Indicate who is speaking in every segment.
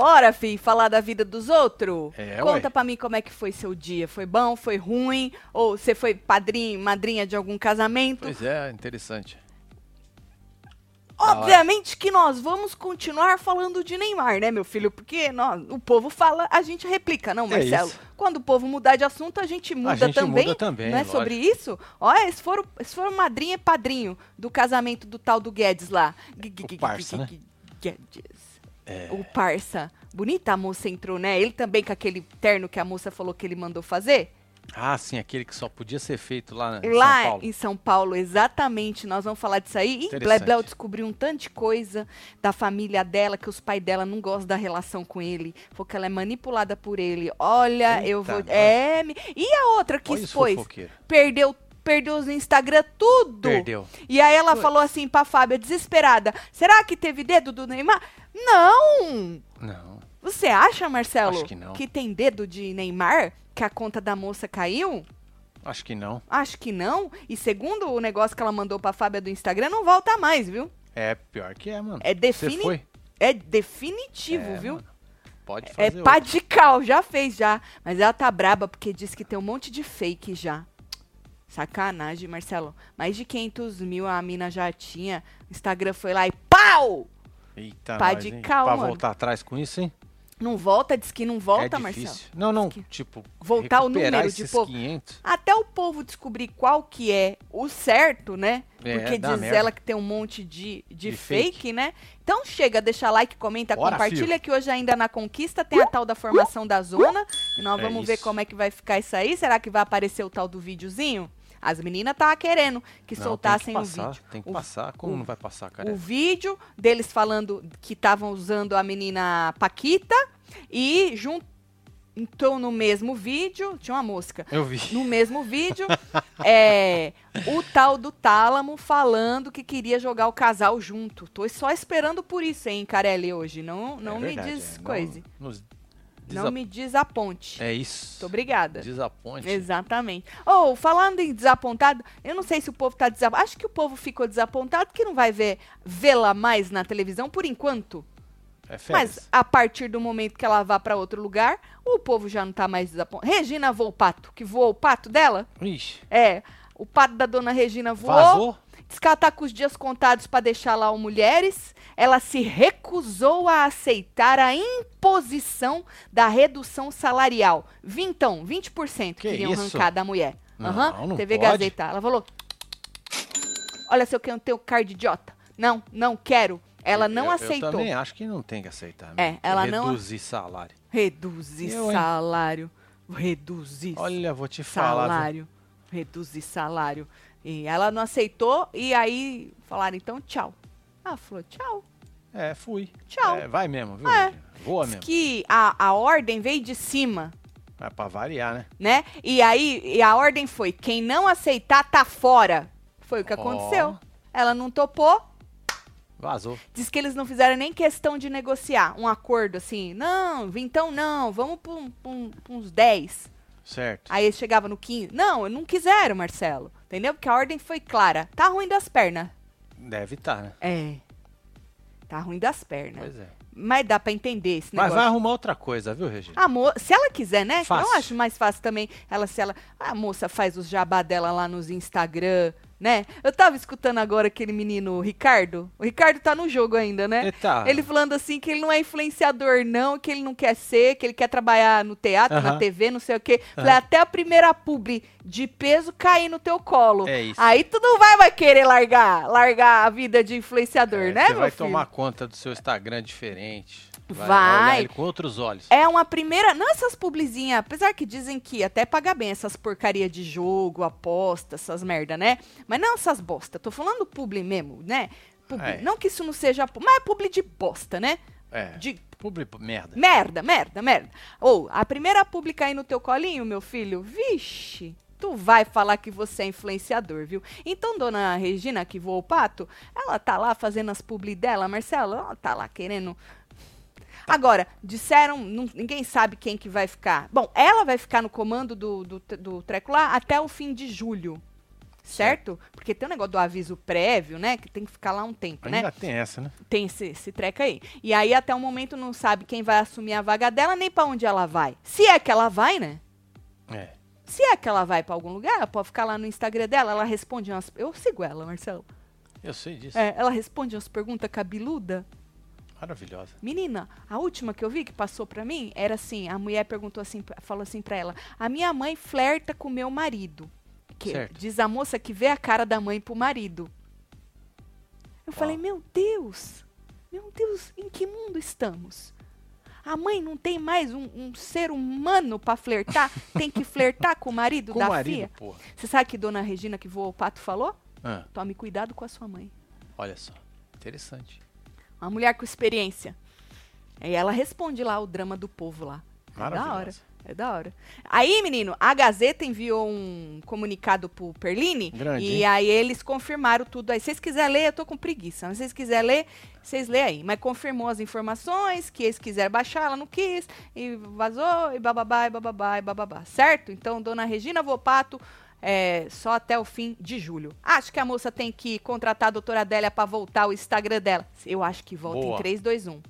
Speaker 1: hora, fi, falar da vida dos outros?
Speaker 2: É,
Speaker 1: Conta
Speaker 2: ué.
Speaker 1: pra mim como é que foi seu dia. Foi bom? Foi ruim? Ou você foi padrinho, madrinha de algum casamento?
Speaker 2: Pois é, interessante. Tá
Speaker 1: Obviamente que nós vamos continuar falando de Neymar, né, meu filho? Porque nós, o povo fala, a gente replica, não, Marcelo?
Speaker 2: É isso.
Speaker 1: Quando o povo mudar de assunto, a gente muda
Speaker 2: gente
Speaker 1: também.
Speaker 2: muda também,
Speaker 1: não é
Speaker 2: lógico.
Speaker 1: sobre isso? Olha, se for, se for madrinha e padrinho do casamento do tal do Guedes lá. Gu- gu- gu- gu-
Speaker 2: parça,
Speaker 1: gu-
Speaker 2: né? É.
Speaker 1: gu- Guedes. O parça. Bonita a moça entrou, né? Ele também com aquele terno que a moça falou que ele mandou fazer?
Speaker 2: Ah, sim, aquele que só podia ser feito lá em
Speaker 1: lá
Speaker 2: São Paulo.
Speaker 1: em São Paulo, exatamente. Nós vamos falar disso aí. E
Speaker 2: Interessante.
Speaker 1: Blebleu descobriu um tanto de coisa da família dela, que os pais dela não gostam da relação com ele. Porque ela é manipulada por ele. Olha,
Speaker 2: Eita,
Speaker 1: eu vou.
Speaker 2: nós.
Speaker 1: É, me- E a outra que
Speaker 2: Olha os
Speaker 1: expôs?
Speaker 2: fofoqueiros.
Speaker 1: Perdeu. Perdeu os Instagram tudo.
Speaker 2: Perdeu.
Speaker 1: E aí ela falou assim pra Fábia, desesperada: será que teve dedo do Neymar? Não!
Speaker 2: Não.
Speaker 1: Você acha, Marcelo,
Speaker 2: Acho que não.
Speaker 1: tem dedo de Neymar? Que a conta da moça caiu?
Speaker 2: Acho que não.
Speaker 1: Acho que não. E segundo o negócio que ela mandou pra Fábia do Instagram, não volta mais, viu?
Speaker 2: É pior que é, mano.
Speaker 1: É
Speaker 2: Você
Speaker 1: defini
Speaker 2: foi?
Speaker 1: É definitivo,
Speaker 2: É,
Speaker 1: viu?
Speaker 2: mano. Pode
Speaker 1: É
Speaker 2: fazer.
Speaker 1: pá de cal, já fez já. Mas ela tá braba porque diz que tem um monte de fake já. Sacanagem, Marcelo. Mais de 500 mil a mina já tinha. O Instagram foi lá e pau!
Speaker 2: outro. Eita,
Speaker 1: pá
Speaker 2: nós,
Speaker 1: de
Speaker 2: hein?
Speaker 1: cal,
Speaker 2: Pra
Speaker 1: mano.
Speaker 2: voltar atrás com isso, hein?
Speaker 1: Não volta, diz que não volta,
Speaker 2: é
Speaker 1: Marcelo.
Speaker 2: difícil. Não, não,
Speaker 1: Diz
Speaker 2: tipo,
Speaker 1: Voltar o
Speaker 2: recuperar
Speaker 1: número de
Speaker 2: esses
Speaker 1: povo.
Speaker 2: 500.
Speaker 1: Até o povo descobrir qual que é o certo, né?
Speaker 2: É,
Speaker 1: Porque
Speaker 2: dá
Speaker 1: diz
Speaker 2: merda.
Speaker 1: ela que tem um monte de, de,
Speaker 2: De
Speaker 1: fake,
Speaker 2: fake.
Speaker 1: né? Então chega, deixa like, comenta,
Speaker 2: Bora,
Speaker 1: compartilha, que hoje ainda na conquista tem a tal da formação da zona. E nós
Speaker 2: É
Speaker 1: vamos
Speaker 2: isso.
Speaker 1: ver como é que vai ficar isso aí. Será que vai aparecer o tal do videozinho? As meninas tá querendo que
Speaker 2: Não,
Speaker 1: soltassem
Speaker 2: tem
Speaker 1: o
Speaker 2: que passar,
Speaker 1: vídeo.
Speaker 2: Tem que
Speaker 1: O-
Speaker 2: passar. Como
Speaker 1: o-
Speaker 2: não vai passar,
Speaker 1: O
Speaker 2: cara?
Speaker 1: vídeo deles falando que estavam usando a menina Paquita e juntou no mesmo vídeo. Tinha uma mosca
Speaker 2: Eu vi.
Speaker 1: no mesmo vídeo, é, o tal do Tálamo falando que queria jogar o casal junto. Tô só esperando por isso, hein, Carelli, hoje. Não, não
Speaker 2: É
Speaker 1: me
Speaker 2: verdade,
Speaker 1: diz
Speaker 2: é. Não-
Speaker 1: coisa.
Speaker 2: nos
Speaker 1: Não,
Speaker 2: desa-
Speaker 1: me desaponte.
Speaker 2: É isso.
Speaker 1: Muito obrigada.
Speaker 2: Desaponte.
Speaker 1: Exatamente. Ou, falando em desapontado, eu não sei se o povo tá desapontado. Acho que o povo ficou desapontado que não vai ver vê-la mais na televisão por enquanto.
Speaker 2: É férias.
Speaker 1: Mas a partir do momento que ela vá para outro lugar, o povo já não tá mais desapontado. Regina Volpato, que voou o pato dela?
Speaker 2: Ixi,
Speaker 1: É, o pato da dona Regina voou.
Speaker 2: vazou?
Speaker 1: Diz que ela tá com os dias contados pra deixar lá o Mulheres. Ela se recusou a aceitar a imposição da redução salarial. Vintão, 20%
Speaker 2: Que
Speaker 1: queriam
Speaker 2: isso?
Speaker 1: arrancar da mulher.
Speaker 2: Não,
Speaker 1: Aham,
Speaker 2: não
Speaker 1: TV
Speaker 2: pode.
Speaker 1: Gazeta. Ela falou: Olha, se eu quero ter o card idiota. Não, não quero. Ela não
Speaker 2: Eu-
Speaker 1: aceitou.
Speaker 2: Eu também acho que não tem que aceitar.
Speaker 1: É,
Speaker 2: né?
Speaker 1: ela
Speaker 2: Reduzir
Speaker 1: não-
Speaker 2: salário.
Speaker 1: Reduzir
Speaker 2: Eu, hein?
Speaker 1: salário. Reduzir
Speaker 2: Olha, vou te falar. viu?
Speaker 1: salário, reduzir salário. E ela não aceitou, e aí falaram, então, tchau. Ela falou, tchau.
Speaker 2: É, fui.
Speaker 1: Tchau.
Speaker 2: É, vai mesmo, viu?
Speaker 1: É.
Speaker 2: Regina? Voa
Speaker 1: Diz
Speaker 2: mesmo.
Speaker 1: que a, a ordem veio de cima,
Speaker 2: É pra variar, né?
Speaker 1: né? E aí, e a ordem foi, quem não aceitar tá fora. Foi o que
Speaker 2: Ó.
Speaker 1: aconteceu. Ela não topou,
Speaker 2: Vazou.
Speaker 1: Diz que eles não fizeram nem questão de negociar um acordo assim. Não, então não, vamos pra um- pra um- pra uns 10.
Speaker 2: Certo.
Speaker 1: Aí chegava no 15. Não, não quiseram, Marcelo. Entendeu? Porque a ordem foi clara. Tá ruim das pernas.
Speaker 2: Deve estar, né?
Speaker 1: É. Tá ruim das pernas.
Speaker 2: Pois é.
Speaker 1: Mas dá pra entender esse
Speaker 2: Mas
Speaker 1: negócio.
Speaker 2: vai arrumar outra coisa, viu, Regina?
Speaker 1: A mo... Se ela quiser, né? Eu
Speaker 2: Fácil.
Speaker 1: acho mais fácil também. Ela, se ela. A moça faz os jabá dela lá nos Instagram, né? Eu tava escutando agora aquele menino, o Ricardo. O Ricardo tá no jogo ainda, né?
Speaker 2: Ele tá.
Speaker 1: Ele falando assim que ele não é influenciador, não, que ele não quer ser, que ele quer trabalhar no teatro, na
Speaker 2: Aham.
Speaker 1: TV, não sei o quê. Falei, até a primeira publi de peso cair no teu colo.
Speaker 2: É isso.
Speaker 1: Aí tu não vai mais querer largar, largar a vida de influenciador,
Speaker 2: É,
Speaker 1: né,
Speaker 2: Você
Speaker 1: meu
Speaker 2: vai
Speaker 1: filho?
Speaker 2: tomar conta do seu Instagram diferente.
Speaker 1: Vai.
Speaker 2: olhar ele com outros olhos.
Speaker 1: É uma primeira. Não essas publizinhas, apesar que dizem que até paga bem essas porcaria de jogo, aposta, essas merda, né? Mas não essas bosta. Tô falando publi mesmo, né? Publi.
Speaker 2: É.
Speaker 1: Não que isso não seja. pu- Mas é publi de bosta, né?
Speaker 2: É.
Speaker 1: De Né?
Speaker 2: Público, merda.
Speaker 1: merda, merda, merda. Ou a primeira publica aí no teu colinho, meu filho, vixe. Tu vai falar que você é influenciador, viu? Então, dona Regina, que voou o pato, ela tá lá fazendo as publi dela, Marcelo, ela tá lá querendo Agora, disseram, não- ninguém sabe quem que vai ficar. Bom, ela vai ficar no comando do, do, do treco lá até o fim de julho. certo? Porque tem o negócio do aviso prévio, né? Que tem que ficar lá um tempo, né?
Speaker 2: Ainda tem essa, né?
Speaker 1: Tem esse, esse treco aí. E aí, até o momento, não sabe quem vai assumir a vaga dela, nem pra onde ela vai. Se é que ela vai, né?
Speaker 2: É.
Speaker 1: Se é que ela vai pra algum lugar, ela pode ficar lá no Instagram dela, ela responde umas. Eu sigo ela, Marcelo.
Speaker 2: Eu sei disso.
Speaker 1: É, ela responde umas perguntas cabeluda.
Speaker 2: Maravilhosa.
Speaker 1: Menina, a última que eu vi que passou pra mim era assim: a mulher perguntou assim, pra- falou assim pra ela: a minha mãe flerta com meu marido. Que
Speaker 2: Certo.
Speaker 1: diz a moça que vê a cara da mãe pro marido. Eu falei: meu Deus, meu Deus, em que mundo estamos? A mãe não tem mais um, um ser humano pra flertar, tem que flertar com o marido
Speaker 2: Com
Speaker 1: da
Speaker 2: o marido,
Speaker 1: filha.
Speaker 2: porra.
Speaker 1: Você sabe que dona Regina que voou o pato falou?
Speaker 2: Ah,
Speaker 1: Tome cuidado com a sua mãe.
Speaker 2: olha só. Interessante.
Speaker 1: É Uma mulher com experiência. E ela responde lá o drama do povo lá. É da hora.
Speaker 2: Maravilhosa.
Speaker 1: É da hora. Aí, menino, a Gazeta enviou um comunicado pro Perline.
Speaker 2: Grande,
Speaker 1: e
Speaker 2: hein?
Speaker 1: aí eles confirmaram tudo aí. Se vocês quiserem ler, eu tô com preguiça. Mas se vocês quiserem ler, vocês lêem aí. Mas confirmou as informações, que eles quiseram baixar, ela não quis. E vazou, e bababá, e bababá, e bababá. Certo? Então, dona Regina Vopato. é, só até o fim de julho. Acho que a moça tem que contratar a doutora Adélia pra voltar o Instagram dela. Eu acho que volta em
Speaker 2: Boa.
Speaker 1: 3, 2, 1.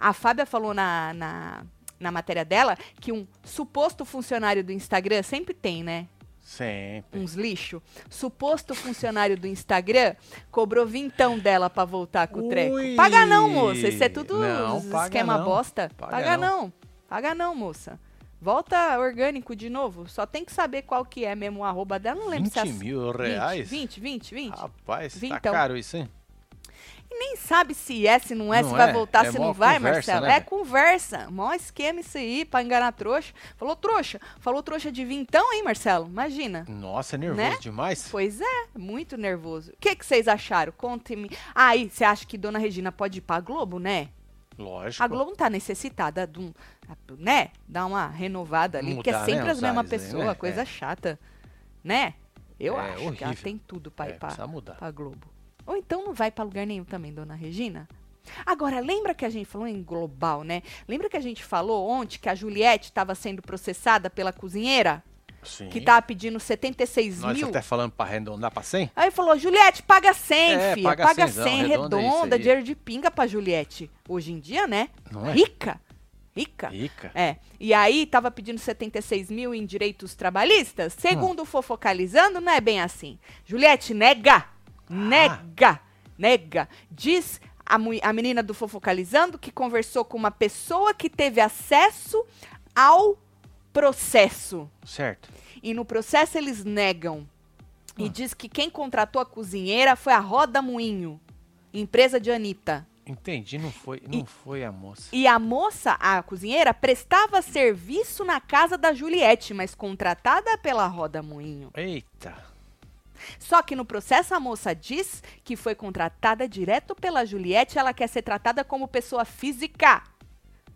Speaker 1: A Fábia falou na, na, na matéria dela que um suposto funcionário do Instagram sempre tem, né?
Speaker 2: Sempre.
Speaker 1: Uns lixo. Suposto funcionário do Instagram cobrou vintão dela pra voltar com o treco.
Speaker 2: Ui!
Speaker 1: Paga não, moça. Isso é tudo
Speaker 2: Não,
Speaker 1: uns
Speaker 2: paga
Speaker 1: esquema
Speaker 2: não.
Speaker 1: bosta. Paga,
Speaker 2: Paga
Speaker 1: não. Paga não, moça. Volta orgânico de novo. Só tem que saber qual que é mesmo o arroba dela. Não lembro se é
Speaker 2: 20 mil reais?
Speaker 1: 20, 20, 20.
Speaker 2: Rapaz, tá
Speaker 1: Vintão.
Speaker 2: caro isso, hein?
Speaker 1: nem sabe se é, se não é, se
Speaker 2: Não
Speaker 1: vai
Speaker 2: é?
Speaker 1: voltar,
Speaker 2: É
Speaker 1: se
Speaker 2: mó
Speaker 1: não vai,
Speaker 2: conversa,
Speaker 1: Marcelo.
Speaker 2: né,
Speaker 1: é
Speaker 2: velho?
Speaker 1: conversa. Mó esquema isso aí pra enganar trouxa. Falou trouxa. Falou trouxa de vintão, hein, Marcelo? Imagina.
Speaker 2: Nossa, é nervoso
Speaker 1: Né?
Speaker 2: demais.
Speaker 1: Pois é, muito nervoso. O que que vocês acharam? Contem-me. Aí, você acha que Dona Regina pode ir pra Globo, né?
Speaker 2: Lógico.
Speaker 1: A Globo não tá necessitada de um, né? Dar uma renovada ali, porque é
Speaker 2: Mudar,
Speaker 1: sempre
Speaker 2: né,
Speaker 1: as
Speaker 2: os
Speaker 1: mesmas
Speaker 2: ares aí,
Speaker 1: pessoas,
Speaker 2: né?
Speaker 1: coisa chata, né? Eu
Speaker 2: É,
Speaker 1: acho que ela
Speaker 2: horrível.
Speaker 1: tem tudo pra
Speaker 2: é,
Speaker 1: ir pra,
Speaker 2: precisa mudar.
Speaker 1: pra Globo. Ou então não vai pra lugar nenhum também, dona Regina. Agora, lembra que a gente falou em global, né? Lembra que a gente falou ontem que a Juliette estava sendo processada pela cozinheira?
Speaker 2: Sim.
Speaker 1: Que tava pedindo 76
Speaker 2: Nós
Speaker 1: mil?
Speaker 2: até falando pra arredondar pra 100?
Speaker 1: Aí falou, Juliette, paga 100,
Speaker 2: É,
Speaker 1: filha.
Speaker 2: paga
Speaker 1: Paga 100,
Speaker 2: 100zão, arredonda isso
Speaker 1: redonda,
Speaker 2: aí.
Speaker 1: dinheiro de pinga pra Juliette. Hoje em dia, né?
Speaker 2: Não é?
Speaker 1: Rica. Rica.
Speaker 2: Rica.
Speaker 1: É. E aí tava pedindo 76 mil em direitos trabalhistas? Segundo
Speaker 2: Ah.
Speaker 1: o Fofocalizando, não é bem assim. Juliette,
Speaker 2: Ah.
Speaker 1: nega! Nega! Nega! Diz a, mu- a menina do Fofocalizando que conversou com uma pessoa que teve acesso ao processo.
Speaker 2: Certo.
Speaker 1: E no processo eles negam. E diz que quem contratou a cozinheira foi a Roda Moinho, empresa de Anitta.
Speaker 2: Entendi, não foi, não foi a moça.
Speaker 1: E a moça, a cozinheira, prestava serviço na casa da Juliette, mas contratada pela Roda Moinho.
Speaker 2: Eita.
Speaker 1: Só que no processo a moça diz que foi contratada direto pela Juliette, ela quer ser tratada como pessoa física.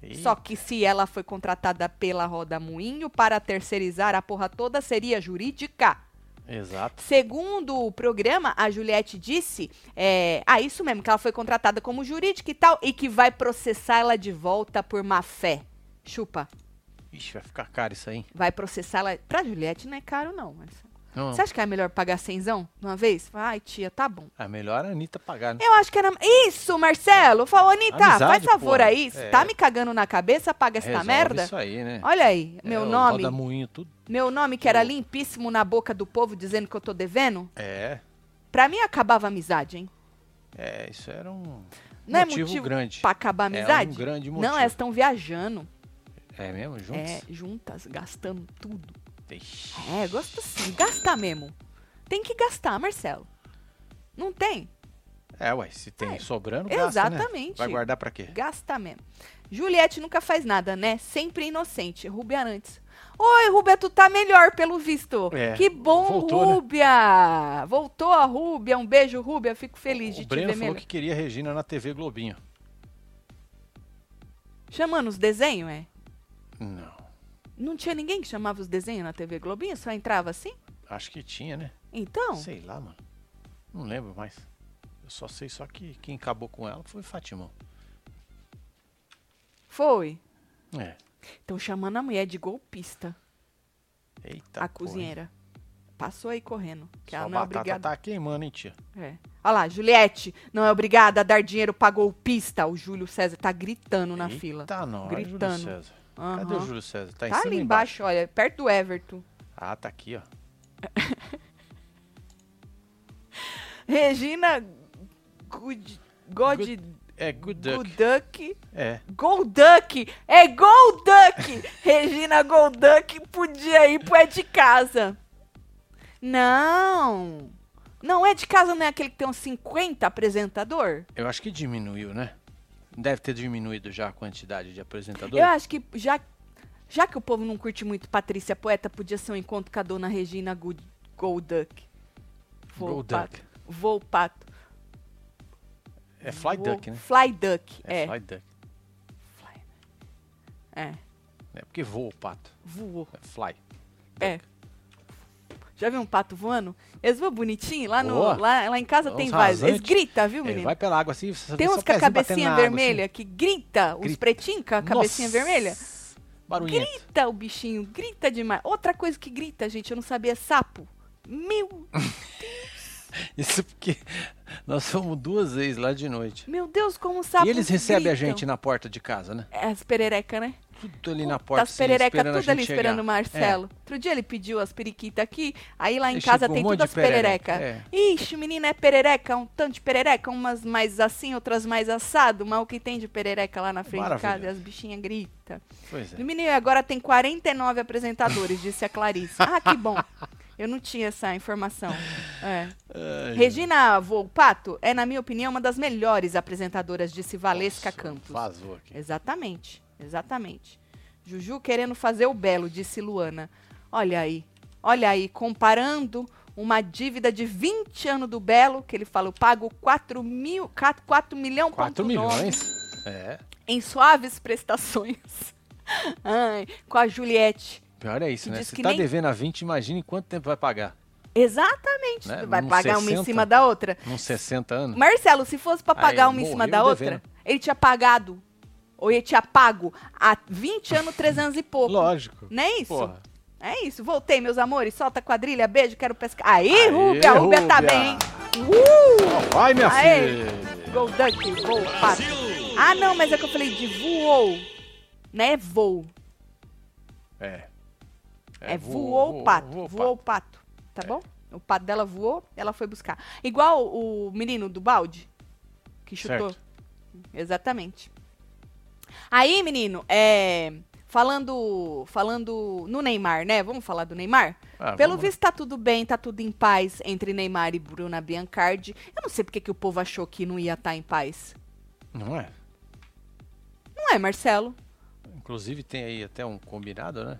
Speaker 2: Eita.
Speaker 1: Só que se ela foi contratada pela Roda Moinho para terceirizar a porra toda, seria jurídica.
Speaker 2: Exato.
Speaker 1: Segundo o programa, a Juliette disse, é, ah, isso mesmo, que ela foi contratada como jurídica e tal, e que vai processar ela de volta por má fé. Chupa,
Speaker 2: Ixi, vai ficar caro isso aí. hein?
Speaker 1: vai processar ela. Pra Juliette não é caro, não. Marcelo.
Speaker 2: Não,
Speaker 1: Você acha que é melhor pagar cenzão de uma vez? Fala, Ai, tia, tá bom.
Speaker 2: é melhor a Anitta pagar, né?
Speaker 1: Eu acho que era. Isso, Marcelo! Falou, Anitta,
Speaker 2: Amizade,
Speaker 1: faz favor
Speaker 2: pô.
Speaker 1: aí. Você
Speaker 2: É.
Speaker 1: tá me cagando na cabeça, paga É essa
Speaker 2: Resolve
Speaker 1: merda?
Speaker 2: isso aí, né?
Speaker 1: Olha aí, meu
Speaker 2: É, o
Speaker 1: nome.
Speaker 2: rodamuinho, tudo.
Speaker 1: Meu nome que era limpíssimo na boca do povo dizendo que eu tô devendo.
Speaker 2: É,
Speaker 1: Pra mim acabava a amizade, hein?
Speaker 2: é, isso era um
Speaker 1: Não é
Speaker 2: motivo,
Speaker 1: motivo
Speaker 2: grande.
Speaker 1: Pra acabar a
Speaker 2: É um
Speaker 1: amizade?
Speaker 2: grande
Speaker 1: Não,
Speaker 2: motivo.
Speaker 1: elas estão viajando.
Speaker 2: É mesmo, juntos?
Speaker 1: É, juntas, gastando tudo.
Speaker 2: Ixi.
Speaker 1: É, gosto sim. Gastar mesmo. Tem que gastar, Marcelo. Não tem?
Speaker 2: É, ué, se tem
Speaker 1: É,
Speaker 2: sobrando, gasta, né?
Speaker 1: exatamente.
Speaker 2: Vai guardar pra quê?
Speaker 1: Gastar mesmo. Juliette nunca faz nada, né? Sempre inocente. Rubia antes. Oi, Rubia, tu tá melhor, pelo visto.
Speaker 2: É,
Speaker 1: que bom,
Speaker 2: voltou, né?
Speaker 1: Rubia! Voltou a Rubia. Um beijo, Rubia. Fico feliz de
Speaker 2: o
Speaker 1: te ver
Speaker 2: Breno falou
Speaker 1: melhor.
Speaker 2: que queria a Regina na TV Globinho.
Speaker 1: Chamando os desenhos, é?
Speaker 2: Não,
Speaker 1: Não tinha ninguém que chamava os desenhos na TV Globinho? Só entrava assim?
Speaker 2: acho que tinha, né?
Speaker 1: Então,
Speaker 2: Sei lá, mano. Não lembro mais. Eu só sei só que quem acabou com ela foi Fatimão.
Speaker 1: foi.
Speaker 2: É.
Speaker 1: Estão chamando a mulher de golpista,
Speaker 2: Eita.
Speaker 1: a
Speaker 2: pô, Tá hein?
Speaker 1: cozinheira. Passou aí correndo. Que
Speaker 2: Sua
Speaker 1: ela não é
Speaker 2: batata
Speaker 1: obrigada.
Speaker 2: tá queimando, hein, tia?
Speaker 1: É. Olha lá, Juliette, não é obrigada a dar dinheiro pra golpista. O Júlio César tá gritando na fila.
Speaker 2: Tá não,
Speaker 1: Gritando.
Speaker 2: Júlio César.
Speaker 1: Aham.
Speaker 2: Cadê o Júlio César? Tá, em
Speaker 1: Tá
Speaker 2: cima
Speaker 1: ali
Speaker 2: ou
Speaker 1: embaixo,
Speaker 2: embaixo?
Speaker 1: olha, perto do Everton.
Speaker 2: Ah, tá aqui, ó.
Speaker 1: Regina Good, God,
Speaker 2: É, good duck.
Speaker 1: Good Duck.
Speaker 2: É.
Speaker 1: Golduck! É Golduck! Regina Golduck podia ir pro É de Casa. Não! Não, É de Casa não é aquele que tem uns 50 apresentador?
Speaker 2: Eu acho que diminuiu, né? Deve ter diminuído já a quantidade de apresentadores.
Speaker 1: Eu acho que já, já que o povo não curte muito Patrícia Poeta, podia ser um encontro com a dona Regina Good, Golduck. Vou
Speaker 2: Golduck.
Speaker 1: pato. Vou pato.
Speaker 2: É fly
Speaker 1: Vou-
Speaker 2: duck, né?
Speaker 1: Fly Duck,
Speaker 2: É,
Speaker 1: é.
Speaker 2: fly duck.
Speaker 1: É,
Speaker 2: É porque voa o pato.
Speaker 1: voou.
Speaker 2: É fly.
Speaker 1: É. Já viu um pato voando? Eles voam bonitinho? Lá, no,
Speaker 2: Voa.
Speaker 1: lá, lá em casa
Speaker 2: Voa
Speaker 1: tem
Speaker 2: uns
Speaker 1: vários. Eles
Speaker 2: rasantes.
Speaker 1: gritam, viu,
Speaker 2: Ele
Speaker 1: menino?
Speaker 2: vai pela água assim, você
Speaker 1: tem
Speaker 2: vê
Speaker 1: uns com a
Speaker 2: só o pezinho batendo
Speaker 1: cabecinha
Speaker 2: na água, assim.
Speaker 1: vermelha que grita, os
Speaker 2: Grita.
Speaker 1: pretinhos com a
Speaker 2: assim.
Speaker 1: cabecinha
Speaker 2: Nossa,
Speaker 1: vermelha.
Speaker 2: Barulhinho.
Speaker 1: Grita o bichinho, grita demais. Outra coisa que grita, gente, eu não sabia, sapo. Meu,
Speaker 2: Isso porque nós fomos duas vezes lá de noite.
Speaker 1: meu Deus, como os sapos
Speaker 2: e eles recebem a
Speaker 1: gritam.
Speaker 2: gente na porta de casa, né?
Speaker 1: É, As perereca, né?
Speaker 2: Tudo ali na
Speaker 1: Puta,
Speaker 2: porta,
Speaker 1: As
Speaker 2: assim,
Speaker 1: perereca
Speaker 2: esperando a
Speaker 1: tudo ali
Speaker 2: gente
Speaker 1: esperando
Speaker 2: chegar. É,
Speaker 1: o Marcelo. Outro dia ele pediu as periquitas aqui, aí lá em
Speaker 2: Aí
Speaker 1: casa
Speaker 2: chegou
Speaker 1: tem
Speaker 2: um monte
Speaker 1: tudo as
Speaker 2: de
Speaker 1: perereca.
Speaker 2: perereca,
Speaker 1: Ixi, menina, é perereca, um tanto de perereca, umas mais assim, outras mais assado, mas o que tem de perereca lá na frente de casa,
Speaker 2: Maravilha.
Speaker 1: e as bichinhas gritam.
Speaker 2: É, pois é.
Speaker 1: No Menino, agora tem 49 apresentadores, disse a Clarice. Ah, que bom. Eu não tinha essa informação. É. Regina Volpato é, na minha opinião, uma das melhores apresentadoras, disse Valesca
Speaker 2: Nossa,
Speaker 1: Campos.
Speaker 2: Vazou aqui.
Speaker 1: Exatamente, exatamente. Juju querendo fazer o belo, disse Luana. Olha aí, olha aí, comparando uma dívida de 20 anos do Belo, que ele fala, eu pago 4 mil, 4, 4 milhão,
Speaker 2: 4
Speaker 1: ponto nove
Speaker 2: milhões? É.
Speaker 1: em suaves prestações. Ai, com a Juliette.
Speaker 2: Pior é isso,
Speaker 1: Que
Speaker 2: né?
Speaker 1: diz
Speaker 2: Se
Speaker 1: que
Speaker 2: tá
Speaker 1: nem-
Speaker 2: devendo a 20, imagine quanto tempo vai pagar.
Speaker 1: Exatamente,
Speaker 2: Né?
Speaker 1: vai
Speaker 2: Uns
Speaker 1: pagar uma em
Speaker 2: 60?
Speaker 1: cima da outra.
Speaker 2: Uns 60 anos?
Speaker 1: Marcelo, se fosse pra
Speaker 2: Aí,
Speaker 1: pagar uma em cima
Speaker 2: Ah, morreu
Speaker 1: da outra,
Speaker 2: devendo.
Speaker 1: ele tinha pagado, ou ele tinha pago há 20 anos, 300 e pouco.
Speaker 2: Lógico.
Speaker 1: Não é isso?
Speaker 2: Porra.
Speaker 1: É isso, voltei, meus amores. Solta a quadrilha, beijo, quero pescar. Aí,
Speaker 2: Aê,
Speaker 1: Rubia, Rubia tá
Speaker 2: Rúbia.
Speaker 1: bem. hein? Uh!
Speaker 2: Vai, minha
Speaker 1: Aê.
Speaker 2: filha.
Speaker 1: Gol Dunk, voo, pato. Ah, não, mas é que eu falei de voou. Não é voo,
Speaker 2: É.
Speaker 1: é, voou o pato. Voou, o pato, tá bom? O pato dela voou, ela foi buscar. Igual o menino do balde, que chutou.
Speaker 2: Certo.
Speaker 1: Exatamente. Aí, menino, é... Falando, falando no Neymar, né? Vamos falar do Neymar?
Speaker 2: Ah,
Speaker 1: Pelo
Speaker 2: vamos
Speaker 1: visto, tá tudo bem, tá tudo em paz entre Neymar e Bruna Biancardi. Eu não sei porque que o povo achou que não ia estar em paz.
Speaker 2: lá. Não é?
Speaker 1: Não é, Marcelo?
Speaker 2: Inclusive tem aí até um combinado, né?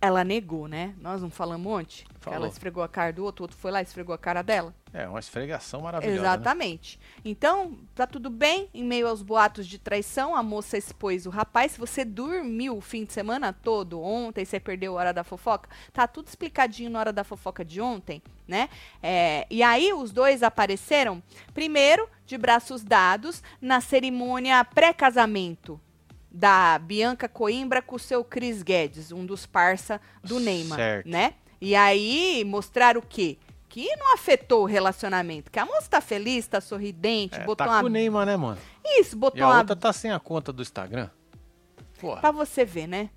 Speaker 1: Ela negou, né? Nós não falamos ontem? Que
Speaker 2: Falou.
Speaker 1: Ela esfregou a cara do outro, o outro foi lá e esfregou a cara dela.
Speaker 2: É, uma esfregação maravilhosa. né?
Speaker 1: Exatamente. Então, tá tudo bem, em meio aos boatos de traição, a moça expôs o rapaz. Se você dormiu o fim de semana todo ontem, você perdeu a hora da fofoca, tá tudo explicadinho na hora da fofoca de ontem, né? É, e aí os dois apareceram, primeiro, de braços dados, na cerimônia pré-casamento da Bianca Coimbra com o seu Cris Guedes, um dos parça do Neymar,
Speaker 2: Certo.
Speaker 1: né? E aí mostrar o quê? Que não afetou o relacionamento, que a moça tá feliz, tá sorridente,
Speaker 2: É,
Speaker 1: botou
Speaker 2: tá com o
Speaker 1: uma
Speaker 2: Neymar, né, mano?
Speaker 1: Isso,
Speaker 2: E
Speaker 1: botou
Speaker 2: a
Speaker 1: uma
Speaker 2: outra tá sem a conta do Instagram. Porra.
Speaker 1: Pra você ver, né?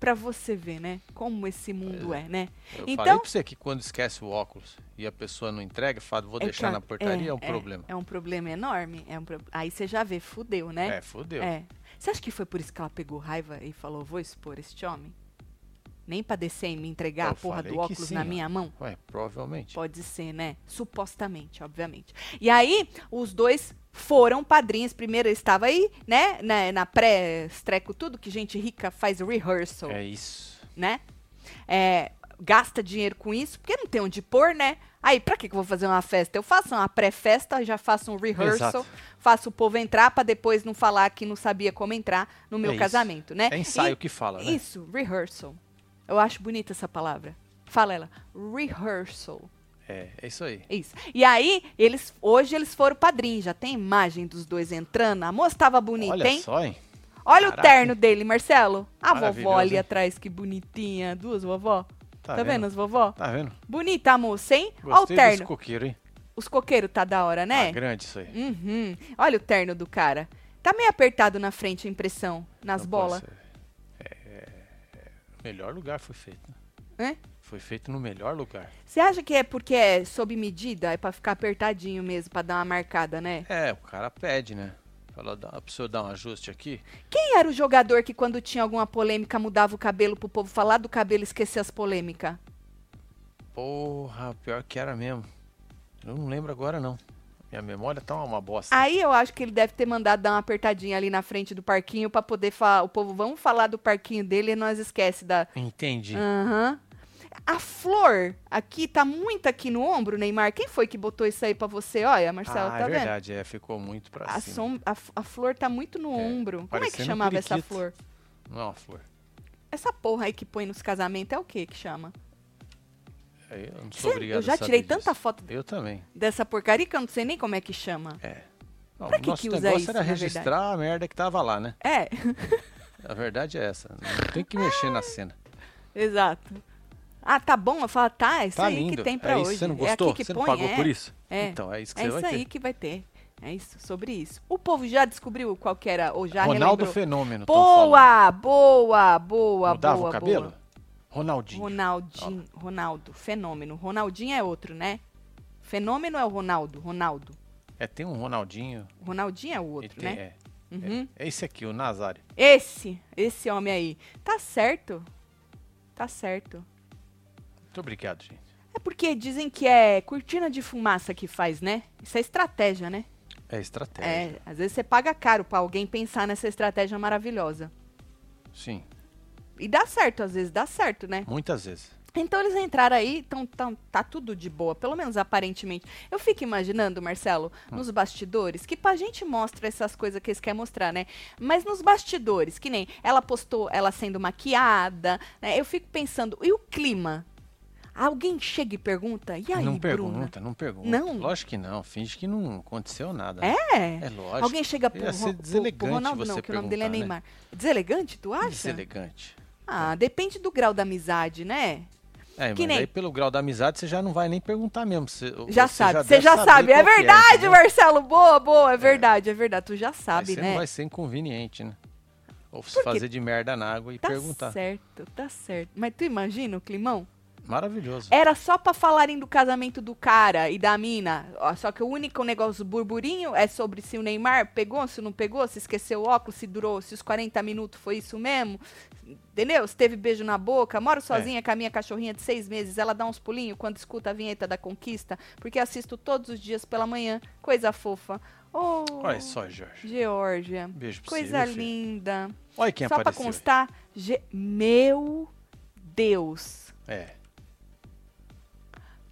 Speaker 1: Pra você ver, né? Como esse mundo é, né?
Speaker 2: Eu
Speaker 1: Então,
Speaker 2: falei pra você que quando esquece o óculos e a pessoa não entrega, fala, vou
Speaker 1: É
Speaker 2: deixar
Speaker 1: que-
Speaker 2: na portaria, é, um problema.
Speaker 1: É um problema enorme. É um pro- Aí você já vê, fudeu,
Speaker 2: É,
Speaker 1: né?
Speaker 2: fodeu.
Speaker 1: Você acha que foi por isso que ela pegou raiva e falou, vou expor este homem? Nem pra descer e me entregar
Speaker 2: Eu
Speaker 1: a porra
Speaker 2: falei
Speaker 1: do
Speaker 2: que
Speaker 1: óculos
Speaker 2: sim,
Speaker 1: na
Speaker 2: ó.
Speaker 1: minha mão?
Speaker 2: Ué, provavelmente.
Speaker 1: Pode ser, né? Supostamente, obviamente. E aí, os dois foram padrinhos. Primeiro estava aí, né? Na, na pré-estreco, tudo que gente rica faz rehearsal
Speaker 2: É isso.
Speaker 1: né? É, gasta dinheiro com isso, porque não tem onde pôr, né? Aí, pra que que eu vou fazer uma festa? Eu faço uma pré-festa, já faço um rehearsal,
Speaker 2: Exato.
Speaker 1: faço o povo entrar pra depois não falar que não sabia como entrar no meu
Speaker 2: É isso.
Speaker 1: casamento, né?
Speaker 2: É ensaio
Speaker 1: E-
Speaker 2: que fala, né?
Speaker 1: Isso, rehearsal. Eu acho bonita essa palavra. Fala ela, rehearsal.
Speaker 2: É, é isso aí.
Speaker 1: Isso. E aí, eles hoje eles foram padrinhos, já tem imagem dos dois entrando. A moça tava bonita,
Speaker 2: Olha
Speaker 1: hein?
Speaker 2: só, hein?
Speaker 1: Olha o
Speaker 2: Caraca.
Speaker 1: terno dele, Marcelo. A vovó
Speaker 2: Maravilhoso,
Speaker 1: ali
Speaker 2: hein?
Speaker 1: atrás, que bonitinha. Duas vovó. Tá, vendo as vovó?
Speaker 2: Tá vendo?
Speaker 1: Bonita a moça, hein? Olha o
Speaker 2: Gostei desse
Speaker 1: terno.
Speaker 2: coqueiro, hein?
Speaker 1: Os coqueiros tá da hora, né?
Speaker 2: Tá grande isso aí.
Speaker 1: Uhum. Olha o terno do cara. Tá meio apertado na frente a impressão, nas
Speaker 2: Não
Speaker 1: bolas.
Speaker 2: pode ser. É, é, é, o melhor lugar foi feito. né?
Speaker 1: Hã?
Speaker 2: Foi feito no melhor lugar.
Speaker 1: Você acha que é porque é sob medida? É pra ficar apertadinho mesmo, pra dar uma marcada, né?
Speaker 2: É, o cara pede, né? Fala, dá, preciso dar um ajuste aqui.
Speaker 1: Quem era o jogador que quando tinha alguma polêmica mudava o cabelo pro povo falar do cabelo e esquecer as polêmicas?
Speaker 2: Porra, pior que era mesmo. Eu não lembro agora, não. Minha memória tá uma bosta.
Speaker 1: Aí eu acho que ele deve ter mandado dar uma apertadinha ali na frente do parquinho pra poder falar. O povo, vamos falar do parquinho dele e nós esquece da.
Speaker 2: Entendi.
Speaker 1: Ah, Aham. A flor aqui tá muito aqui no ombro, Neymar. Quem foi que botou isso aí pra você? Olha, Marcelo,
Speaker 2: ah,
Speaker 1: tá
Speaker 2: é
Speaker 1: vendo?
Speaker 2: verdade, é, ficou muito pra
Speaker 1: A,
Speaker 2: cima.
Speaker 1: som- a f- a flor tá muito no
Speaker 2: É,
Speaker 1: ombro. Como é que
Speaker 2: parecendo um
Speaker 1: chamava essa
Speaker 2: periquito.
Speaker 1: flor?
Speaker 2: Não é uma flor.
Speaker 1: Essa porra aí que põe nos casamentos é o que que chama?
Speaker 2: É, Eu não
Speaker 1: Cê-
Speaker 2: sou
Speaker 1: eu
Speaker 2: obrigado
Speaker 1: já
Speaker 2: a saber
Speaker 1: tirei
Speaker 2: disso.
Speaker 1: tanta foto-
Speaker 2: Eu também.
Speaker 1: Dessa porcaria que eu não sei nem como é que chama.
Speaker 2: É. Não,
Speaker 1: Pra
Speaker 2: o
Speaker 1: que
Speaker 2: nosso
Speaker 1: que usa
Speaker 2: negócio
Speaker 1: isso,
Speaker 2: era
Speaker 1: na verdade?
Speaker 2: registrar a merda que tava lá, né?
Speaker 1: É,
Speaker 2: A verdade é essa. Não tem que mexer na cena.
Speaker 1: exato. Ah, tá bom? Eu falo, tá, é isso
Speaker 2: Tá
Speaker 1: aí
Speaker 2: lindo.
Speaker 1: que tem pra
Speaker 2: é
Speaker 1: hoje.
Speaker 2: isso, você não
Speaker 1: é
Speaker 2: gostou?
Speaker 1: aqui que
Speaker 2: você
Speaker 1: põe,
Speaker 2: não pagou
Speaker 1: é.
Speaker 2: por isso?
Speaker 1: É.
Speaker 2: Então, é isso que
Speaker 1: É
Speaker 2: você
Speaker 1: isso
Speaker 2: vai
Speaker 1: aí
Speaker 2: ter.
Speaker 1: que vai ter. É isso, sobre isso. O povo já descobriu qual que era, ou já
Speaker 2: Ronaldo
Speaker 1: relembrou.
Speaker 2: Fenômeno. tão falando.
Speaker 1: Boa, boa, boa,
Speaker 2: Mudava
Speaker 1: boa,
Speaker 2: o cabelo?
Speaker 1: boa.
Speaker 2: Ronaldinho.
Speaker 1: Ronaldinho, Ronaldo, fenômeno. Ronaldinho é outro, né? Fenômeno é o Ronaldo, Ronaldo.
Speaker 2: É, tem um Ronaldinho.
Speaker 1: Ronaldinho é o
Speaker 2: e
Speaker 1: outro,
Speaker 2: tem-
Speaker 1: né?
Speaker 2: é,
Speaker 1: Uhum.
Speaker 2: é esse aqui, o Nazário.
Speaker 1: Esse, esse homem aí. Tá certo. Tá certo.
Speaker 2: Muito obrigado, gente.
Speaker 1: É porque dizem que é cortina de fumaça que faz, né? Isso é estratégia, né?
Speaker 2: É estratégia.
Speaker 1: É, às vezes você paga caro pra alguém pensar nessa estratégia maravilhosa.
Speaker 2: Sim,
Speaker 1: E dá certo, às vezes dá certo, né?
Speaker 2: muitas vezes.
Speaker 1: Então eles entraram aí, tão, tão, tá tudo de boa, pelo menos aparentemente. Eu fico imaginando, Marcelo,
Speaker 2: Hum.
Speaker 1: nos bastidores, que pra gente mostra essas coisas que eles querem mostrar, né? Mas nos bastidores, que nem ela postou ela sendo maquiada, né? Eu fico pensando, e o clima? Alguém chega e pergunta, e aí,
Speaker 2: não
Speaker 1: Bruna?
Speaker 2: pergunta, não pergunta.
Speaker 1: Não?
Speaker 2: Lógico que não. Finge que não aconteceu nada.
Speaker 1: É.
Speaker 2: É lógico.
Speaker 1: Alguém chega pro,
Speaker 2: Ia ser
Speaker 1: Ro- pro, pro
Speaker 2: deselegante
Speaker 1: Ronaldo, não,
Speaker 2: você
Speaker 1: que o nome dele é
Speaker 2: perguntar, né?
Speaker 1: Neymar. Deselegante, tu acha?
Speaker 2: é Deselegante.
Speaker 1: Ah, depende do grau da amizade, né?
Speaker 2: É,
Speaker 1: Que
Speaker 2: mas
Speaker 1: nem-
Speaker 2: aí pelo grau da amizade você já não vai nem perguntar mesmo. Você,
Speaker 1: Já
Speaker 2: você
Speaker 1: sabe, você
Speaker 2: deve
Speaker 1: já
Speaker 2: saber
Speaker 1: sabe. É
Speaker 2: qual que
Speaker 1: verdade,
Speaker 2: entendeu?
Speaker 1: Marcelo. Boa, boa, é verdade, é verdade. Tu já
Speaker 2: Aí
Speaker 1: sabe,
Speaker 2: você
Speaker 1: né?
Speaker 2: não vai ser inconveniente, né? Ou se
Speaker 1: Por quê?
Speaker 2: fazer de merda na água e
Speaker 1: Tá
Speaker 2: perguntar.
Speaker 1: certo, tá certo. Mas tu imagina o climão?
Speaker 2: Maravilhoso.
Speaker 1: Era só pra falarem do casamento do cara e da mina. ó, Só que o único negócio burburinho é sobre se o Neymar pegou, se não pegou, se esqueceu o óculos, se durou, se os 40 minutos foi isso mesmo. Entendeu? Se teve beijo na boca.
Speaker 2: É.
Speaker 1: Moro sozinha com a minha cachorrinha de seis meses. Ela dá uns pulinhos quando escuta a vinheta da conquista, porque assisto todos os dias pela manhã. Coisa fofa. Oh.
Speaker 2: Olha só, Jorge.
Speaker 1: Geórgia.
Speaker 2: Beijo pra
Speaker 1: Coisa
Speaker 2: você. viu, filho?
Speaker 1: linda.
Speaker 2: Olha quem
Speaker 1: Só pra
Speaker 2: apareceu. aí.
Speaker 1: constar, Ge- meu Deus.
Speaker 2: É.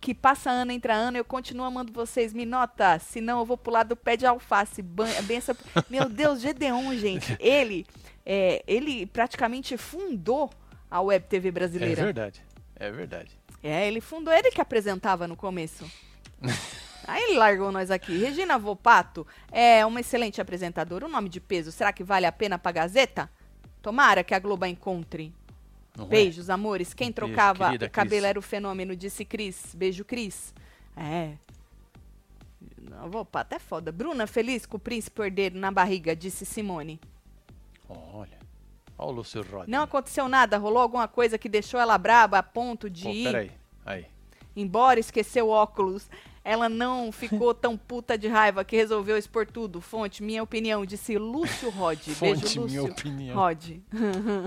Speaker 1: Que passa ano, entra ano, eu continuo amando vocês. Me nota, senão eu vou pular do pé de alface. Ban- Benção. é Meu Deus, Gedeon, gente. Ele, é, ele praticamente fundou a Web TV
Speaker 2: É
Speaker 1: brasileira.
Speaker 2: verdade. É verdade.
Speaker 1: É, ele fundou, ele que apresentava no começo. Aí ele largou nós aqui. Regina Vopato é uma excelente apresentadora, um nome de peso. Será que vale a pena pra Gazeta? Tomara que a Globo a encontre.
Speaker 2: Não é?
Speaker 1: Beijos, amores. Quem
Speaker 2: Um beijo,
Speaker 1: trocava
Speaker 2: querida
Speaker 1: o cabelo
Speaker 2: Cris.
Speaker 1: era o fenômeno, disse Cris. Beijo, Cris. É. Não, vou pá, até foda. Bruna, feliz com o príncipe herdeiro na barriga, disse Simone.
Speaker 2: Olha. Olha o Lúcio Roda.
Speaker 1: Não aconteceu nada, rolou alguma coisa que deixou ela braba a ponto de
Speaker 2: Pô,
Speaker 1: ir
Speaker 2: peraí. Aí.
Speaker 1: embora esqueceu o óculos. Ela não ficou tão puta de raiva que resolveu expor tudo. Fonte, minha opinião, disse Lúcio Rod.
Speaker 2: Fonte,
Speaker 1: Beijo, Lúcio.
Speaker 2: minha opinião.
Speaker 1: Rod.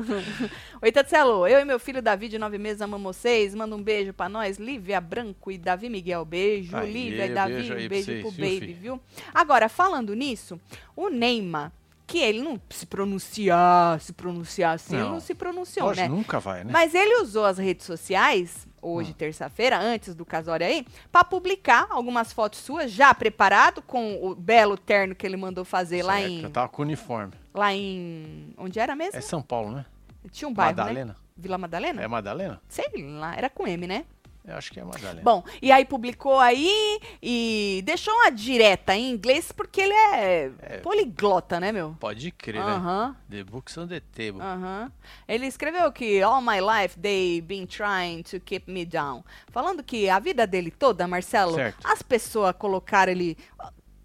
Speaker 1: Oi, Tatselo. Eu e meu filho Davi, de nove meses, amamos vocês. Manda um beijo pra nós, Lívia Branco e Davi Miguel. Beijo,
Speaker 2: Aê,
Speaker 1: Lívia e Davi.
Speaker 2: beijo aí
Speaker 1: um
Speaker 2: pra
Speaker 1: beijo
Speaker 2: vocês,
Speaker 1: pro
Speaker 2: viu,
Speaker 1: baby,
Speaker 2: filho?
Speaker 1: viu? Agora, falando nisso, o Neymar, que ele não se pronunciar, se pronunciar assim, ele
Speaker 2: Não.
Speaker 1: não se pronunciou,
Speaker 2: Lógico,
Speaker 1: né?
Speaker 2: nunca vai, né? Ah.
Speaker 1: Mas ele usou as redes sociais, hoje, terça-feira, antes do casório aí, pra publicar algumas fotos suas, já preparado com o belo terno que ele mandou fazer lá
Speaker 2: Certo,
Speaker 1: em.
Speaker 2: Eu tava com uniforme.
Speaker 1: Lá em. Onde era mesmo?
Speaker 2: É São Paulo, né?
Speaker 1: Tinha um bairro, né?
Speaker 2: Madalena.
Speaker 1: Vila Madalena?
Speaker 2: É Madalena?
Speaker 1: Sei lá, era com M, né?
Speaker 2: Eu acho que é Magalhães.
Speaker 1: Bom, e aí publicou aí e deixou uma direta em inglês porque ele é,
Speaker 2: É.
Speaker 1: poliglota, né, meu?
Speaker 2: Pode crer, né?
Speaker 1: Aham. Ah.
Speaker 2: The books on the table.
Speaker 1: Aham. Ele escreveu que all my life they been trying to keep me down. Falando que a vida dele toda, Marcelo,
Speaker 2: Certo.
Speaker 1: as pessoas colocaram ele.